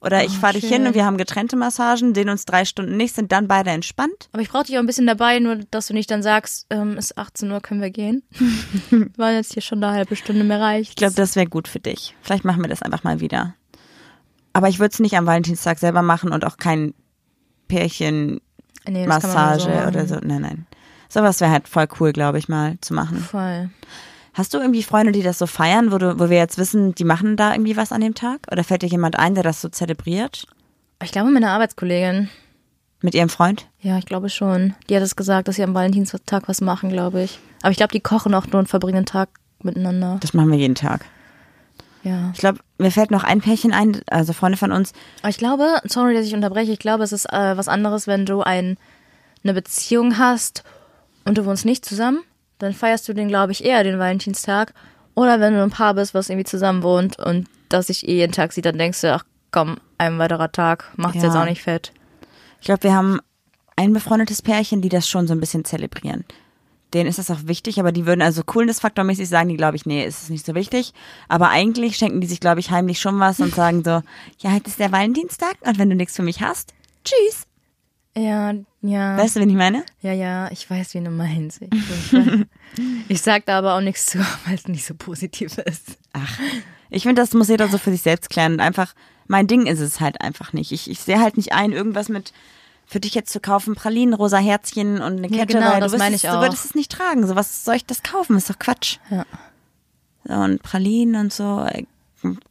Oder ich fahre dich hin Oh, schön. und wir haben getrennte Massagen, sehen uns drei Stunden nicht, sind dann beide entspannt. Aber ich brauche dich auch ein bisschen dabei, nur dass du nicht dann sagst, ähm, ist 18 Uhr, können *laughs* wir gehen. wir waren jetzt hier schon eine halbe Stunde mehr reich. Ich glaube, das wäre gut für dich. Vielleicht machen wir das einfach mal wieder. Aber ich würde es nicht am Valentinstag selber machen und auch kein Pärchen nee, das kann man nur Massage oder machen. so. Nein, nein. Sowas wäre halt voll cool, glaube ich, mal zu machen. Voll. Hast du irgendwie Freunde, die das so feiern, wo, du, wo wir jetzt wissen, die machen da irgendwie was an dem Tag? Oder fällt dir jemand ein, der das so zelebriert? Ich glaube, meine Arbeitskollegin. Mit ihrem Freund? Ja, ich glaube schon. Die hat es gesagt, dass sie am Valentinstag was machen, glaube ich. Aber ich glaube, die kochen auch nur und verbringen den Tag miteinander. Das machen wir jeden Tag. Ja. Ich glaube, mir fällt noch ein Pärchen ein, also Freunde von uns. Aber Ich glaube, sorry, dass ich unterbreche, ich glaube, es ist äh, was anderes, wenn du ein, eine Beziehung hast und du wohnst nicht zusammen, dann feierst du den, glaube ich, eher den Valentinstag. Oder wenn du ein Paar bist, was irgendwie zusammen wohnt und das sich eh jeden Tag sieht, dann denkst du, ach komm, ein weiterer Tag, macht's Ja. jetzt auch nicht fett. Ich glaube, wir haben ein befreundetes Pärchen, die das schon so ein bisschen zelebrieren. Denen ist das auch wichtig, aber die würden also coolness-faktormäßig sagen, die glaube ich, nee, ist es nicht so wichtig. Aber eigentlich schenken die sich, glaube ich, heimlich schon was und sagen so, ja, heute ist der Valentinstag und wenn du nichts für mich hast, tschüss. Ja, ja. Weißt du, wen ich meine? Ja, ja, ich weiß, wie du meinst. Ich, ich, *laughs* weiß. ich sag da aber auch nichts zu, weil es nicht so positiv ist. Ach, ich finde, das muss jeder so für sich selbst klären. Und einfach, mein Ding ist es halt einfach nicht. Ich, ich sehe halt nicht ein, irgendwas mit für dich jetzt zu kaufen, Pralinen, rosa Herzchen und eine Kette. genau, weil das du wirst meine es, ich Du auch. würdest es nicht tragen. So, was soll ich das kaufen? Ist doch Quatsch. Ja. So, und Pralinen und so. äh,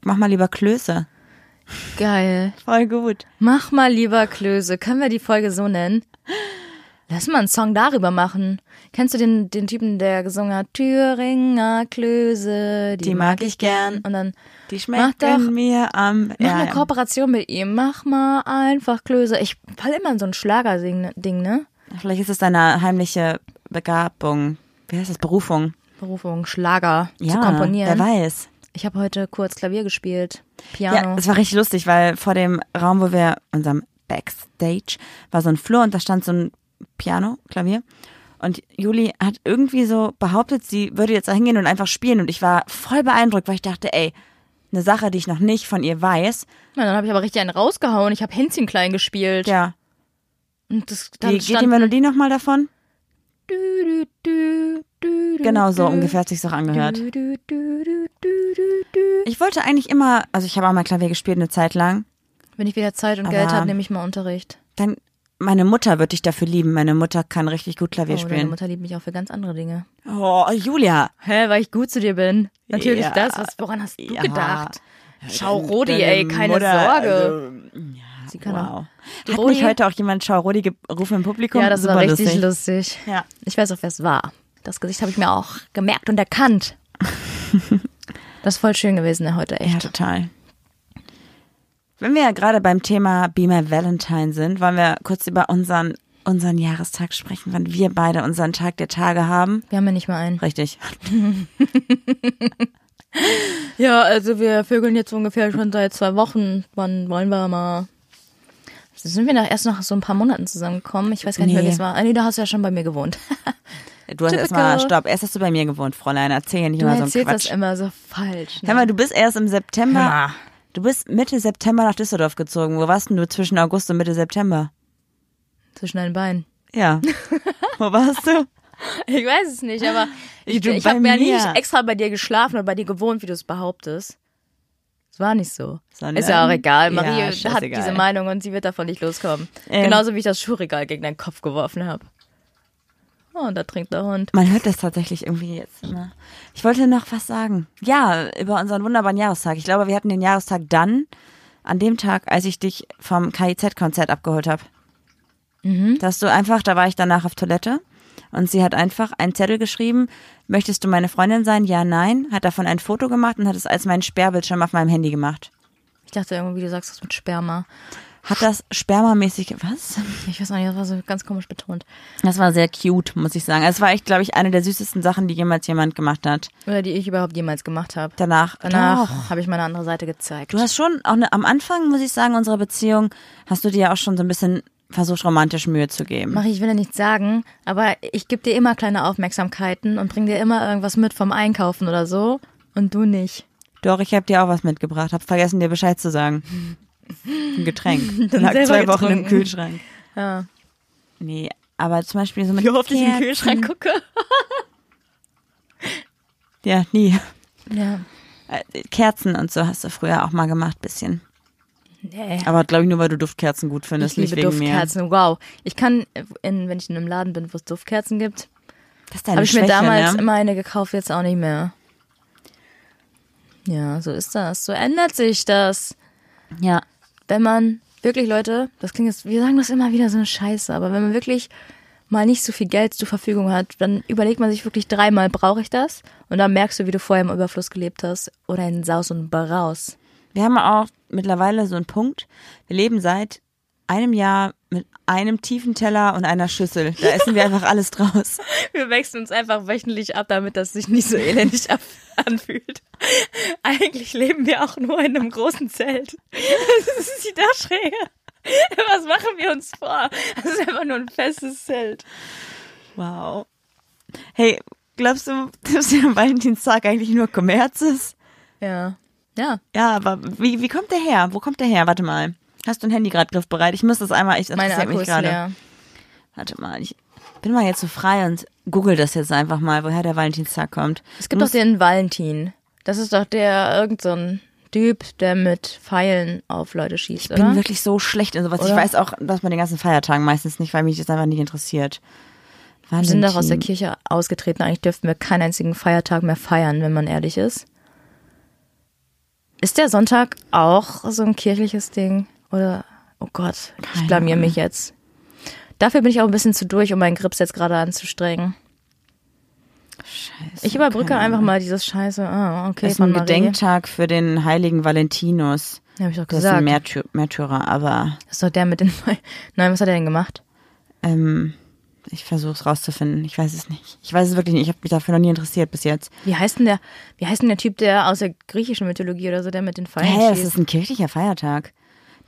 Mach mal lieber Klöße. Geil. Voll gut. Mach mal lieber Klöße. Können wir die Folge so nennen? Lass mal einen Song darüber machen. Kennst du den, den Typen, der gesungen hat? Thüringer Klöße, die, Die mag ich gern. Und dann Die Mach schmeckt doch- mir am... mach eine Kooperation mit ihm. Mach mal einfach Klöße. Ich fall immer in so ein Schlager-Ding, ne? Vielleicht ist es deine heimliche Begabung. Wie heißt das? Berufung. Berufung, Schlager Ja, zu wer komponieren. weiß. Ich habe heute kurz Klavier gespielt. Ja, also Piano. es war richtig lustig, weil vor dem Raum, wo wir, unserem Backstage, war so ein Flur und da stand so ein Piano, Klavier. Und Juli hat irgendwie so behauptet, sie würde jetzt da hingehen und einfach spielen. Und ich war voll beeindruckt, weil ich dachte, ey, eine Sache, die ich noch nicht von ihr weiß. Na, dann habe ich aber richtig einen rausgehauen. Ich habe Hänschen klein gespielt. Ja, Und das, dann wie geht die stand Melodie nochmal davon? Du, du, du, du, Genau so du. ungefähr hat sich's auch angehört. Du, du, du, du, du, du, du. Ich wollte eigentlich immer, also ich habe auch mal Klavier gespielt eine Zeit lang. Wenn ich wieder Zeit und Aber- Geld habe, nehme ich mal Unterricht. Dann, meine Mutter wird dich dafür lieben. Meine Mutter kann richtig gut Oh, Klavier Deine spielen. Mutter liebt mich auch für ganz andere Dinge. Oh, Julia. Hä, weil ich gut zu dir bin. Natürlich Ja. das. Was, woran hast du Ja. gedacht? Schau, Rodi, Äh, Deine ey, keine Mutter, Sorge. also, ja, Sie kann Wow. auch. Die Hat mich Rodi- heute auch jemand Schaurodi gerufen im Publikum? Ja, das Super war richtig lustig. lustig. Ja. Ich weiß auch, wer es war. Das Gesicht habe ich mir auch gemerkt und *laughs* erkannt. das ist voll schön gewesen ne, heute, Ja, echt. total. Wenn wir ja gerade beim Thema Be My Valentine sind, wollen wir kurz über unseren, unseren Jahrestag sprechen, wann wir beide unseren Tag der Tage haben. Wir haben ja nicht mal einen. Richtig. Ja, also wir vögeln jetzt ungefähr schon seit zwei Wochen. Wann wollen wir mal? Sind wir da erst nach so ein paar Monaten zusammengekommen? Ich weiß gar nicht mehr, Nee. wie es war. Ah, Nee, da hast du ja schon bei mir gewohnt. Du hast Typical. erstmal, stopp, erst hast du bei mir gewohnt, Fräulein, erzähl nicht Du immer so einen erzählst das Quatsch. immer so falsch. Hör Ne? mal, du bist erst im September, Hör mal. du bist Mitte September nach Düsseldorf gezogen. Wo warst denn du zwischen August und Mitte September? Zwischen deinen Beinen. Ja. Wo warst du? *laughs* Ich weiß es nicht, *laughs* aber ich, Du, ich bei habe ja mir. nicht extra bei dir geschlafen oder bei dir gewohnt, wie du es behauptest. Es war nicht so. Sondern- ist ja auch egal. Marie Ja, hat scheißegal. diese Meinung und sie wird davon nicht loskommen. Ähm. Genauso wie ich das Schuhregal gegen deinen Kopf geworfen habe. Oh, und da trinkt der Hund. Man hört das tatsächlich irgendwie jetzt immer. Ich wollte noch was sagen. Ja, über unseren wunderbaren Jahrestag. Ich glaube, wir hatten den Jahrestag dann, an dem Tag, als ich dich vom KIZ-Konzert abgeholt habe. Mhm. Dass du einfach, da war ich danach auf Toilette und sie hat einfach einen Zettel geschrieben, möchtest du meine Freundin sein? Ja, nein. Hat davon ein Foto gemacht und hat es als meinen Sperrbildschirm auf meinem Handy gemacht. Ich dachte irgendwie, du sagst das mit Sperma. Hat das spermamäßig, was? Ich weiß auch nicht, das war so ganz komisch betont. Das war sehr cute, muss ich sagen. Es war echt, glaube ich, eine der süßesten Sachen, die jemals jemand gemacht hat. Oder die ich überhaupt jemals gemacht habe. Danach, Doch. Danach habe ich meine andere Seite gezeigt. Du hast schon auch ne, am Anfang, muss ich sagen, unserer Beziehung, hast du dir auch schon so ein bisschen versucht, romantisch Mühe zu geben. Marie, ich will dir nichts sagen, aber ich gebe dir immer kleine Aufmerksamkeiten und bring dir immer irgendwas mit vom Einkaufen oder so und du nicht. Doch, ich habe dir auch was mitgebracht, habe vergessen, dir Bescheid zu sagen. *laughs* Ein Getränk. Dann Lag selber zwei Wochen im getrunken. Kühlschrank. Ja. Nee, aber zum Beispiel so mit Wie oft ich in den Kerzen. Kühlschrank gucke. Ja, nie. Ja. Äh, Kerzen und so hast du früher auch mal gemacht, bisschen. Nee. Aber glaube ich nur, weil du Duftkerzen gut findest, Ich liebe nicht wegen Duftkerzen. Wow. Ich kann, in, wenn ich in einem Laden bin, wo es Duftkerzen gibt, mir. Das ist deine habe ich mir Schwäche, damals ne? immer eine gekauft, jetzt auch nicht mehr. Ja, so ist das. So ändert sich das. Ja. wenn man wirklich, Leute, das klingt jetzt, wir sagen das immer wieder so eine Scheiße, aber wenn man wirklich mal nicht so viel Geld zur Verfügung hat, dann überlegt man sich wirklich dreimal, brauche ich das? Und dann merkst du, wie du vorher im Überfluss gelebt hast oder in Saus und Braus. Wir haben auch mittlerweile so einen Punkt. Wir leben seit einem Jahr mit einem tiefen Teller und einer Schüssel. Da essen wir einfach alles *laughs* draus. Wir wechseln uns einfach wöchentlich ab, damit das sich nicht so *laughs* elendig ab- anfühlt. Eigentlich leben wir auch nur in einem großen Zelt. Das ist die Darschräge. Was machen wir uns vor? Das ist einfach nur ein festes Zelt. Wow. Hey, glaubst du, dass der Valentinstag eigentlich nur Kommerz ist? Ja. Ja, Ja, aber wie, wie kommt der her? Wo kommt der her? Warte mal. Hast du ein Handy gerade griffbereit? Ich muss das einmal, ich meine interessiert Akku mich ist gerade. leer. Warte mal, ich bin mal jetzt so frei und google das jetzt einfach mal, woher der Valentinstag kommt. Es gibt doch den Valentin. Das ist doch der irgendein so ein Typ, der mit Pfeilen auf Leute schießt, Ich bin oder? wirklich so schlecht in sowas. Ich Oder? weiß auch was man den ganzen Feiertagen meistens nicht, weil mich das einfach nicht interessiert. Wir sind doch aus der Valentin. Kirche ausgetreten. Eigentlich dürften wir keinen einzigen Feiertag mehr feiern, wenn man ehrlich ist. Ist der Sonntag auch so ein kirchliches Ding? Oder, oh Gott, ich Keine blamier Ahnung. mich jetzt. Dafür bin ich auch ein bisschen zu durch, um meinen Grips jetzt gerade anzustrengen. Scheiße, Ich überbrücke keine einfach Ahnung. mal dieses Scheiße. Ah, okay, Das ist ein von Marie. Gedenktag für den heiligen Valentinus. Ja, hab ich doch Das ist ein gesagt. Märty Märtyrer, aber Das ist doch der mit den. Nein, was hat er denn gemacht? ähm, ich versuche es rauszufinden. Ich weiß es nicht. Ich weiß es wirklich nicht. Ich habe mich dafür noch nie interessiert bis jetzt. Wie heißt denn der, wie heißt denn der Typ, der aus der griechischen Mythologie oder so, der mit den Pfeilen Hä, es schießt? ist ein kirchlicher Feiertag.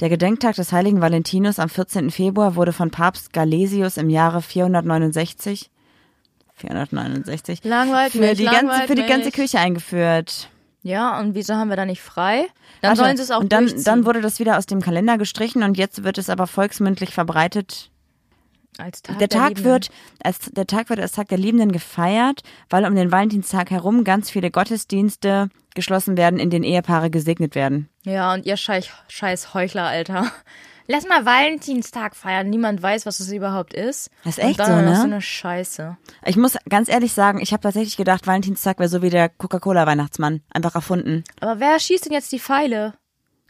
Der Gedenktag des heiligen Valentinus am 14. Februar wurde von Papst Galesius im Jahre 469 469 Langweilt für mich, die ganze langweilt für die ganze mich. Kirche eingeführt. ja, und wieso haben wir da nicht frei? Dann Warte, sollen sie es auch Und dann, durchziehen. dann wurde das wieder aus dem Kalender gestrichen und jetzt wird es aber volksmündlich verbreitet. Als Tag der Tag Liebenden. wird als der Tag wird als Tag der Liebenden gefeiert, weil um den Valentinstag herum ganz viele Gottesdienste geschlossen werden, in denen Ehepaare gesegnet werden. Ja, und ihr scheiß, scheiß Heuchler, Alter. *laughs* Lass mal Valentinstag feiern. Niemand weiß, was es überhaupt ist. Das ist und echt dann so, noch ne? so eine Scheiße. Ich muss ganz ehrlich sagen, ich habe tatsächlich gedacht, Valentinstag wäre so wie der Coca-Cola Weihnachtsmann, einfach erfunden. Aber wer schießt denn jetzt die Pfeile?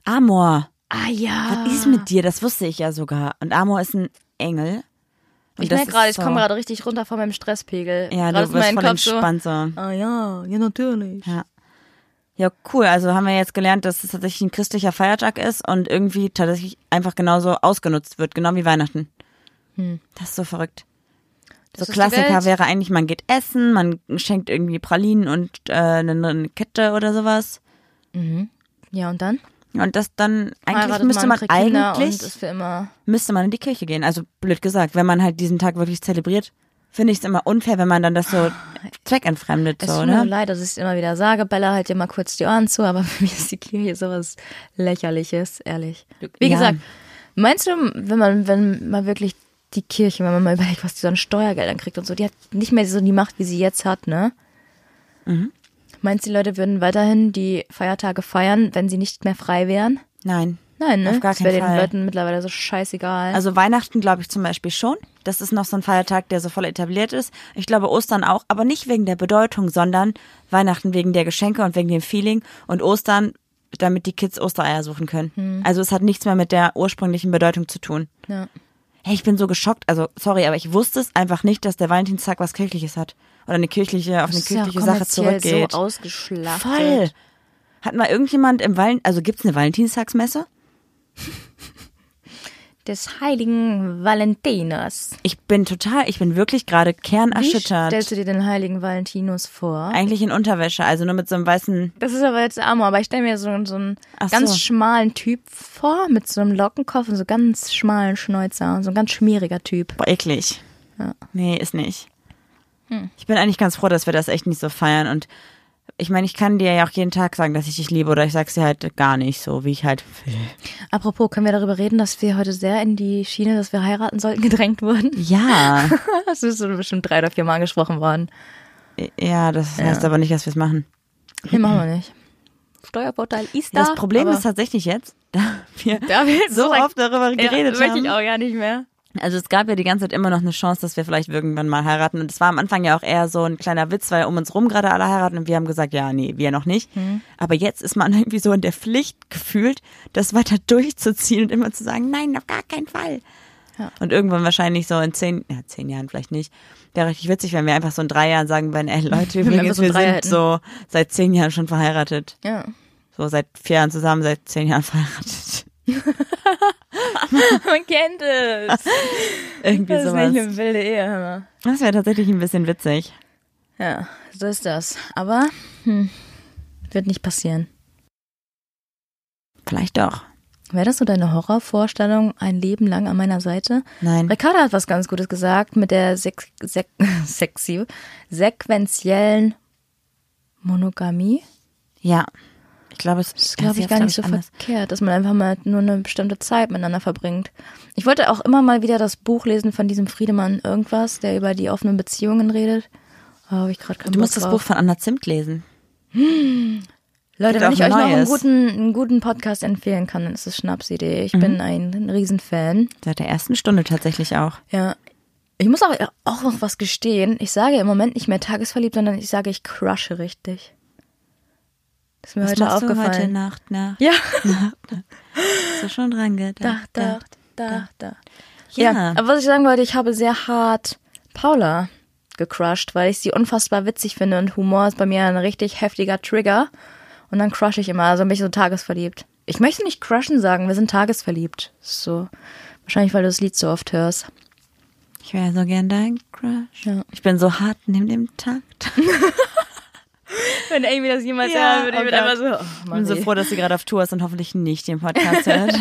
Amor. Ah ja. Was ist mit dir? Das wusste ich ja sogar. Und Amor ist ein Engel. Und Ich das merke ist gerade, ich so- komme gerade richtig runter von meinem Stresspegel. Ja, gerade du bist voll Kopf so. entspannt so. Ah ja, ja natürlich. Ja. Ja, cool. Also haben wir jetzt gelernt, dass es tatsächlich ein christlicher Feiertag ist und irgendwie tatsächlich einfach genauso ausgenutzt wird, genau wie Weihnachten. Das ist so verrückt. Hm. Das so ist die Welt. Klassiker wäre eigentlich, man geht essen, man schenkt irgendwie Pralinen und äh, eine, eine Kette oder sowas. Ja, und dann? Und das dann eigentlich Heiratet müsste man, kriegt Kinder eigentlich Und ist für immer. müsste man in die Kirche gehen. Also blöd gesagt, wenn man halt diesen Tag wirklich zelebriert, finde ich es immer unfair, wenn man dann das so zweckentfremdet Ah, Es so, tut mir so ne? leid, dass ich es immer wieder sage. Bella, halt dir mal kurz die Ohren zu, aber *laughs* für mich ist die Kirche sowas lächerliches, ehrlich. Wie Ja. gesagt, meinst du, wenn man, wenn man wirklich die Kirche, wenn man mal überlegt, was die so an Steuergeldern kriegt und so, die hat nicht mehr so die Macht, wie sie jetzt hat, ne? Mhm. Meinst du, die Leute würden weiterhin die Feiertage feiern, wenn sie nicht mehr frei wären? Nein. Nein, ne? Auf gar das wäre keinen den Fall. Leuten mittlerweile so scheißegal. Also Weihnachten glaube ich zum Beispiel schon. Das ist noch so ein Feiertag, der so voll etabliert ist. Ich glaube Ostern auch, aber nicht wegen der Bedeutung, sondern Weihnachten wegen der Geschenke und wegen dem Feeling und Ostern, damit die Kids Ostereier suchen können. Hm. Also es hat nichts mehr mit der ursprünglichen Bedeutung zu tun. ja. Hey, ich bin so geschockt. Also sorry, aber ich wusste es einfach nicht, dass der Valentinstag was kirchliches hat oder eine kirchliche auf eine Das ist ja kirchliche Sache kommerziell zurückgeht. so ausgeschlachtet. voll. Hat mal irgendjemand im Valen also gibt's eine Valentinstagsmesse? Des heiligen Valentiners. Ich bin total, ich bin wirklich gerade kernerschüttert. Wie stellst du dir den heiligen Valentinus vor? Eigentlich in Unterwäsche, also nur mit so einem weißen. Das ist aber jetzt Amor, aber ich stelle mir so, so einen Ach ganz so. schmalen Typ vor, mit so einem Lockenkopf und so ganz schmalen Schnäuzer und so ein ganz schmieriger Typ. Boah, eklig. Nee, ist nicht. Hm. Ich bin eigentlich ganz froh, dass wir das echt nicht so feiern. Und ich meine, ich kann dir ja auch jeden Tag sagen, dass ich dich liebe, oder ich sag's dir halt gar nicht so, wie ich halt Hm. will. Apropos, können wir darüber reden, dass wir heute sehr in die Schiene, dass wir heiraten sollten, *laughs* gedrängt wurden? Ja. *laughs* Das ist so bestimmt drei oder vier Mal angesprochen worden. ja, das heißt aber nicht, dass wir's machen. Nee, machen wir nicht. *clears throat* Steuervorteil ist da. das Problem aber ist tatsächlich jetzt, *laughs* da wir da wir jetzt so lang- oft darüber geredet ja, möchte ich haben. auch ja nicht mehr. Also es gab ja die ganze Zeit immer noch eine Chance, dass wir vielleicht irgendwann mal heiraten. Und es war am Anfang ja auch eher so ein kleiner Witz, weil um uns rum gerade alle heiraten und wir haben gesagt, ja, nee, wir noch nicht. Hm. Aber jetzt ist man *laughs* irgendwie so in der Pflicht gefühlt, das weiter *laughs* durchzuziehen und immer zu sagen, nein, auf gar keinen Fall. Und irgendwann wahrscheinlich so in zehn, ja, zehn Jahren vielleicht nicht. Wäre richtig witzig, wenn wir einfach so in drei Jahren sagen würden, ey Leute, wir übrigens, so wir einen Dreier sind hätten. so seit zehn Jahren schon verheiratet. Ja. So seit vier Jahren zusammen, seit zehn Jahren *laughs* verheiratet. *laughs* Man kennt es. Irgendwie das ist nicht sowas. eine wilde Ehe, hör mal. Das wäre tatsächlich ein bisschen witzig. Ja, so ist das. Aber hm, wird nicht passieren. Vielleicht doch. Wäre das so deine Horrorvorstellung, ein Leben lang an meiner Seite? Nein. Ricarda hat was ganz Gutes gesagt mit der sex sek *laughs* sexy, sequentiellen Monogamie. Ja. Ich glaube, es Das ist, glaube ich, gar nicht so anders. verkehrt, dass man einfach mal nur eine bestimmte Zeit miteinander verbringt. Ich wollte auch immer mal wieder das Buch lesen von diesem Friedemann irgendwas, der über die offenen Beziehungen redet. Oh, hab ich gerade keinen Du Bock musst das drauf. Buch von Anna Zimt lesen. Leute, Gibt wenn auch ich euch noch einen Neues. guten, einen guten Podcast empfehlen kann, dann ist es Schnapsidee. Ich Mhm. bin ein Riesenfan. Seit der ersten Stunde tatsächlich auch. Ja. Ich muss aber auch noch was gestehen. Ich sage im Moment nicht mehr tagesverliebt, sondern ich sage, ich crushe richtig. Das ist mir Was heute machst aufgefallen. du heute Nacht? Na, *laughs* ja. hast du schon dran gedacht? da, da, da. Ja. Ja. aber was ich sagen wollte, ich habe sehr hart Paula gecrushed, weil ich sie unfassbar witzig finde und Humor ist bei mir ein richtig heftiger Trigger. Und dann crush ich immer, also bin ich so tagesverliebt. Ich möchte nicht crushen sagen, wir sind tagesverliebt. So. Wahrscheinlich, weil du das Lied so oft hörst. Ich wäre so gern dein Crush. Ja. Ich bin so hart neben dem Takt. Wenn irgendwie das jemals Ja, hören würde, ich oh ich bin Gott. so, Ich bin so froh, dass sie gerade auf Tour ist und hoffentlich nicht den Podcast *laughs* hört.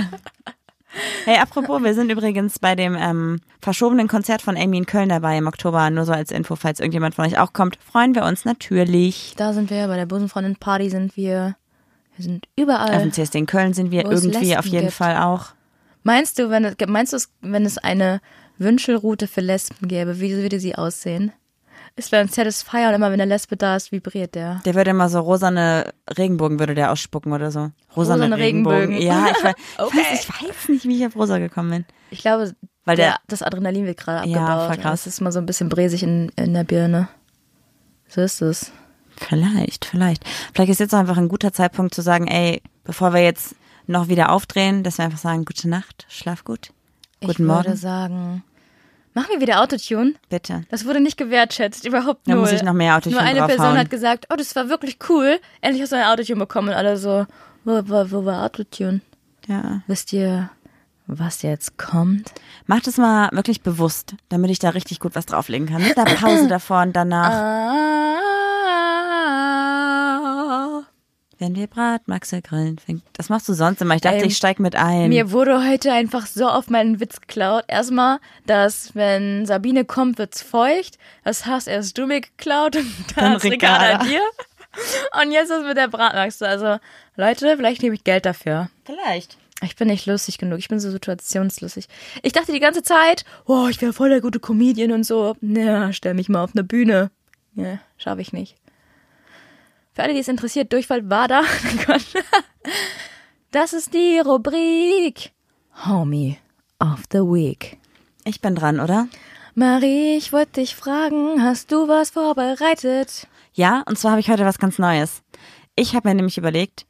Hey, apropos, wir sind übrigens bei dem ähm, verschobenen Konzert von Amy in Köln dabei im Oktober. Nur so als Info, falls irgendjemand von euch auch kommt, freuen wir uns natürlich. Da sind wir, bei der Busenfreundin-Party sind wir. Wir sind überall. Auf dem CSD in Köln sind wir Äh, Wo es irgendwie Lesben auf jeden gibt. Fall auch. Meinst du, wenn es, meinst du, es- wenn es eine Wünschelroute für Lesben gäbe, wie würde sie aussehen? Ist wäre ein Satisfier und immer wenn eine Lesbe da ist, vibriert der. Der würde immer so rosane Regenbogen würde der ausspucken oder so. Rosane, Rosane Regenbogen. Regenbögen. Ja, ich *laughs* weiß, ich Okay. weiß, ich weiß nicht, wie ich auf rosa gekommen bin. Ich glaube, Weil der- das Adrenalin wird gerade Ja, abgebaut. voll krass. Es ist mal so ein bisschen bresig in, in der Birne. So ist es. Vielleicht, vielleicht. Vielleicht ist jetzt auch einfach ein guter Zeitpunkt zu sagen, ey, bevor wir jetzt noch wieder aufdrehen, dass wir einfach sagen, gute Nacht, schlaf gut. Guten ich würde Morgen, sagen, machen wir wieder Autotune? bitte. Das wurde nicht gewertschätzt, überhaupt Da null. muss ich noch mehr Autotune Nur eine Person draufhauen. hat gesagt, oh, das war wirklich cool. Endlich hast du ein Autotune bekommen. Und alle so, wo, wo, wo war Autotune? Ja. Wisst ihr, was jetzt kommt? Mach das mal wirklich bewusst, damit ich da richtig gut was drauflegen kann. Mit der Pause davor und danach. Ah, Wenn wir Bratmaxe grillen, fängt. Das machst du sonst immer. Ich dachte, Ähm, ich steig mit ein. mir wurde heute einfach so auf meinen Witz geklaut. Erstmal, dass wenn Sabine kommt, wird's feucht. Das hast erst du mir geklaut und dann, Dann hat's Ricarda Ricarda. dir. Und jetzt ist mit der Bratmaxe. Also, Leute, vielleicht nehme ich Geld dafür. Vielleicht. Ich bin nicht lustig genug. Ich bin so situationslustig. Ich dachte die ganze Zeit, oh, ich wäre voll der gute Comedian und so. Na, stell mich mal auf eine Bühne. Ja, schaffe ich nicht. Für alle, die es interessiert, Durchfall war da. *laughs* Oh Das ist die Rubrik Homie of the Week. Ich bin dran, oder? Marie, ich wollte dich fragen, hast du was vorbereitet? Ja, und zwar habe ich heute was ganz Neues. Ich habe mir nämlich überlegt,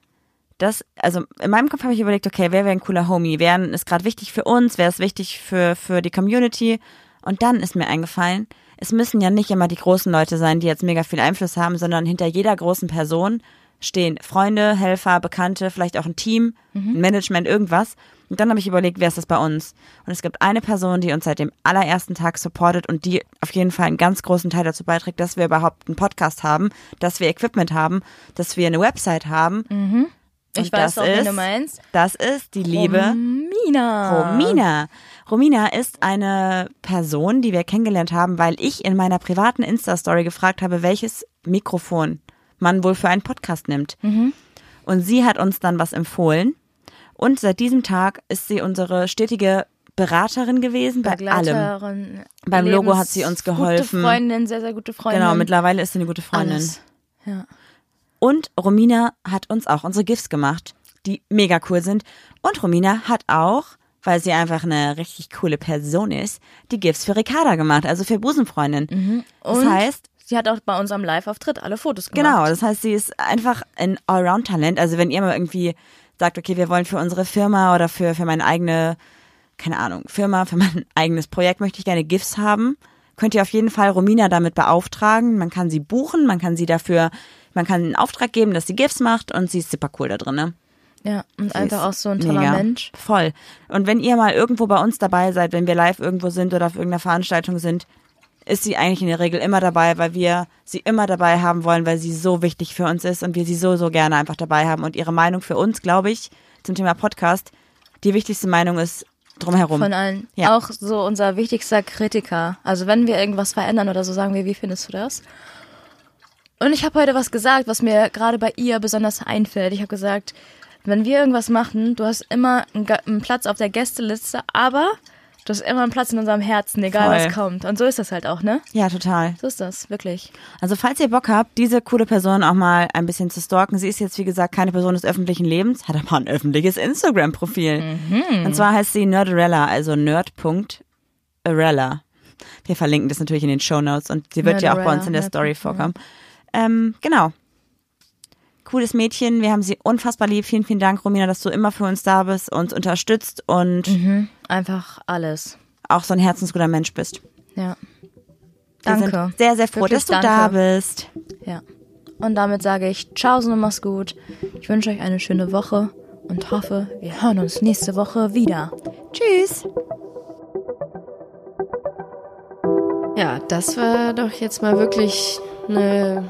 dass, also in meinem Kopf habe ich überlegt, okay, wer wäre ein cooler Homie? Wer ist gerade wichtig für uns? Wer ist wichtig für, für die Community? Und dann ist mir eingefallen, es müssen ja nicht immer die großen Leute sein, die jetzt mega viel Einfluss haben, sondern hinter jeder großen Person stehen Freunde, Helfer, Bekannte, vielleicht auch ein Team, ein Management, irgendwas. Und dann habe ich überlegt, wer ist das bei uns? Und es gibt eine Person, die uns seit dem allerersten Tag supportet und die auf jeden Fall einen ganz großen Teil dazu beiträgt, dass wir überhaupt einen Podcast haben, dass wir Equipment haben, dass wir eine Website haben. Ich Und weiß das auch, wen ist- du meinst. Das ist die liebe Romina. Romina. Romina ist eine Person, die wir kennengelernt haben, weil ich in meiner privaten Insta-Story gefragt habe, welches Mikrofon man wohl für einen Podcast nimmt. Mhm. Und sie hat uns dann was empfohlen. Und seit diesem Tag ist sie unsere stetige Beraterin gewesen bei allem. Begleiterin. Beim Logo hat sie uns Gute geholfen. Freundin, sehr, sehr gute Freundin. Genau, mittlerweile ist sie eine gute Freundin. Alles. Ja. Und Romina hat uns auch unsere GIFs gemacht, die mega cool sind. Und Romina hat auch, weil sie einfach eine richtig coole Person ist, die GIFs für Ricarda gemacht, also für Busenfreundin. das Und heißt, sie hat auch bei unserem Live-Auftritt alle Fotos gemacht. genau, das heißt, sie ist einfach ein Allround-Talent. Also wenn ihr mal irgendwie sagt, okay, wir wollen für unsere Firma oder für, für meine eigene, keine Ahnung, Firma, für mein *laughs* eigenes Projekt möchte ich gerne GIFs haben, könnt ihr auf jeden Fall Romina damit beauftragen. Man kann sie buchen, man kann sie dafür, man kann einen Auftrag geben, dass sie GIFs macht und sie ist super cool da drin. Ne? Ja, und Sie einfach ist auch so ein toller mega. Mensch. Voll. Und wenn ihr mal irgendwo bei uns dabei seid, wenn wir live irgendwo sind oder auf irgendeiner Veranstaltung sind, ist sie eigentlich in der Regel immer dabei, weil wir sie immer dabei haben wollen, weil sie so wichtig für uns ist und wir sie so, so gerne einfach dabei haben. Und ihre Meinung für uns, glaube ich, zum Thema Podcast, die wichtigste Meinung ist drumherum. Von allen. Ja. Auch so unser wichtigster Kritiker. Also wenn wir irgendwas verändern oder so, sagen wir, wie findest du das? Und ich habe heute was gesagt, was mir gerade bei ihr besonders einfällt. Ich habe gesagt, wenn wir irgendwas machen, du hast immer einen, Ga- einen Platz auf der Gästeliste, aber du hast immer einen Platz in unserem Herzen, egal Voll. was kommt. Und so ist das halt auch, ne? ja, total. So ist das, wirklich. Also falls ihr Bock habt, diese coole Person auch mal ein bisschen zu stalken. Sie ist jetzt, wie gesagt, keine Person des öffentlichen Lebens, hat aber ein öffentliches Instagram-Profil. Mhm. Und zwar heißt sie Nerdarella, also nerd.arella. Wir verlinken das natürlich in den Shownotes und sie wird ja auch bei Nerdarella, uns in der Nerd- Story vorkommen. Ähm, genau. Cooles Mädchen, wir haben sie unfassbar lieb. Vielen, vielen Dank, Romina, dass du immer für uns da bist, uns unterstützt und Mhm. Einfach alles. auch so ein herzensguter Mensch bist. Ja. Wir Danke. sind sehr, sehr froh, Wirklich dass du da danke. bist. Ja. Und damit sage ich Ciao und mach's gut. Ich wünsche euch eine schöne Woche und hoffe, wir hören uns nächste Woche wieder. Tschüss. Ja, das war doch jetzt mal wirklich eine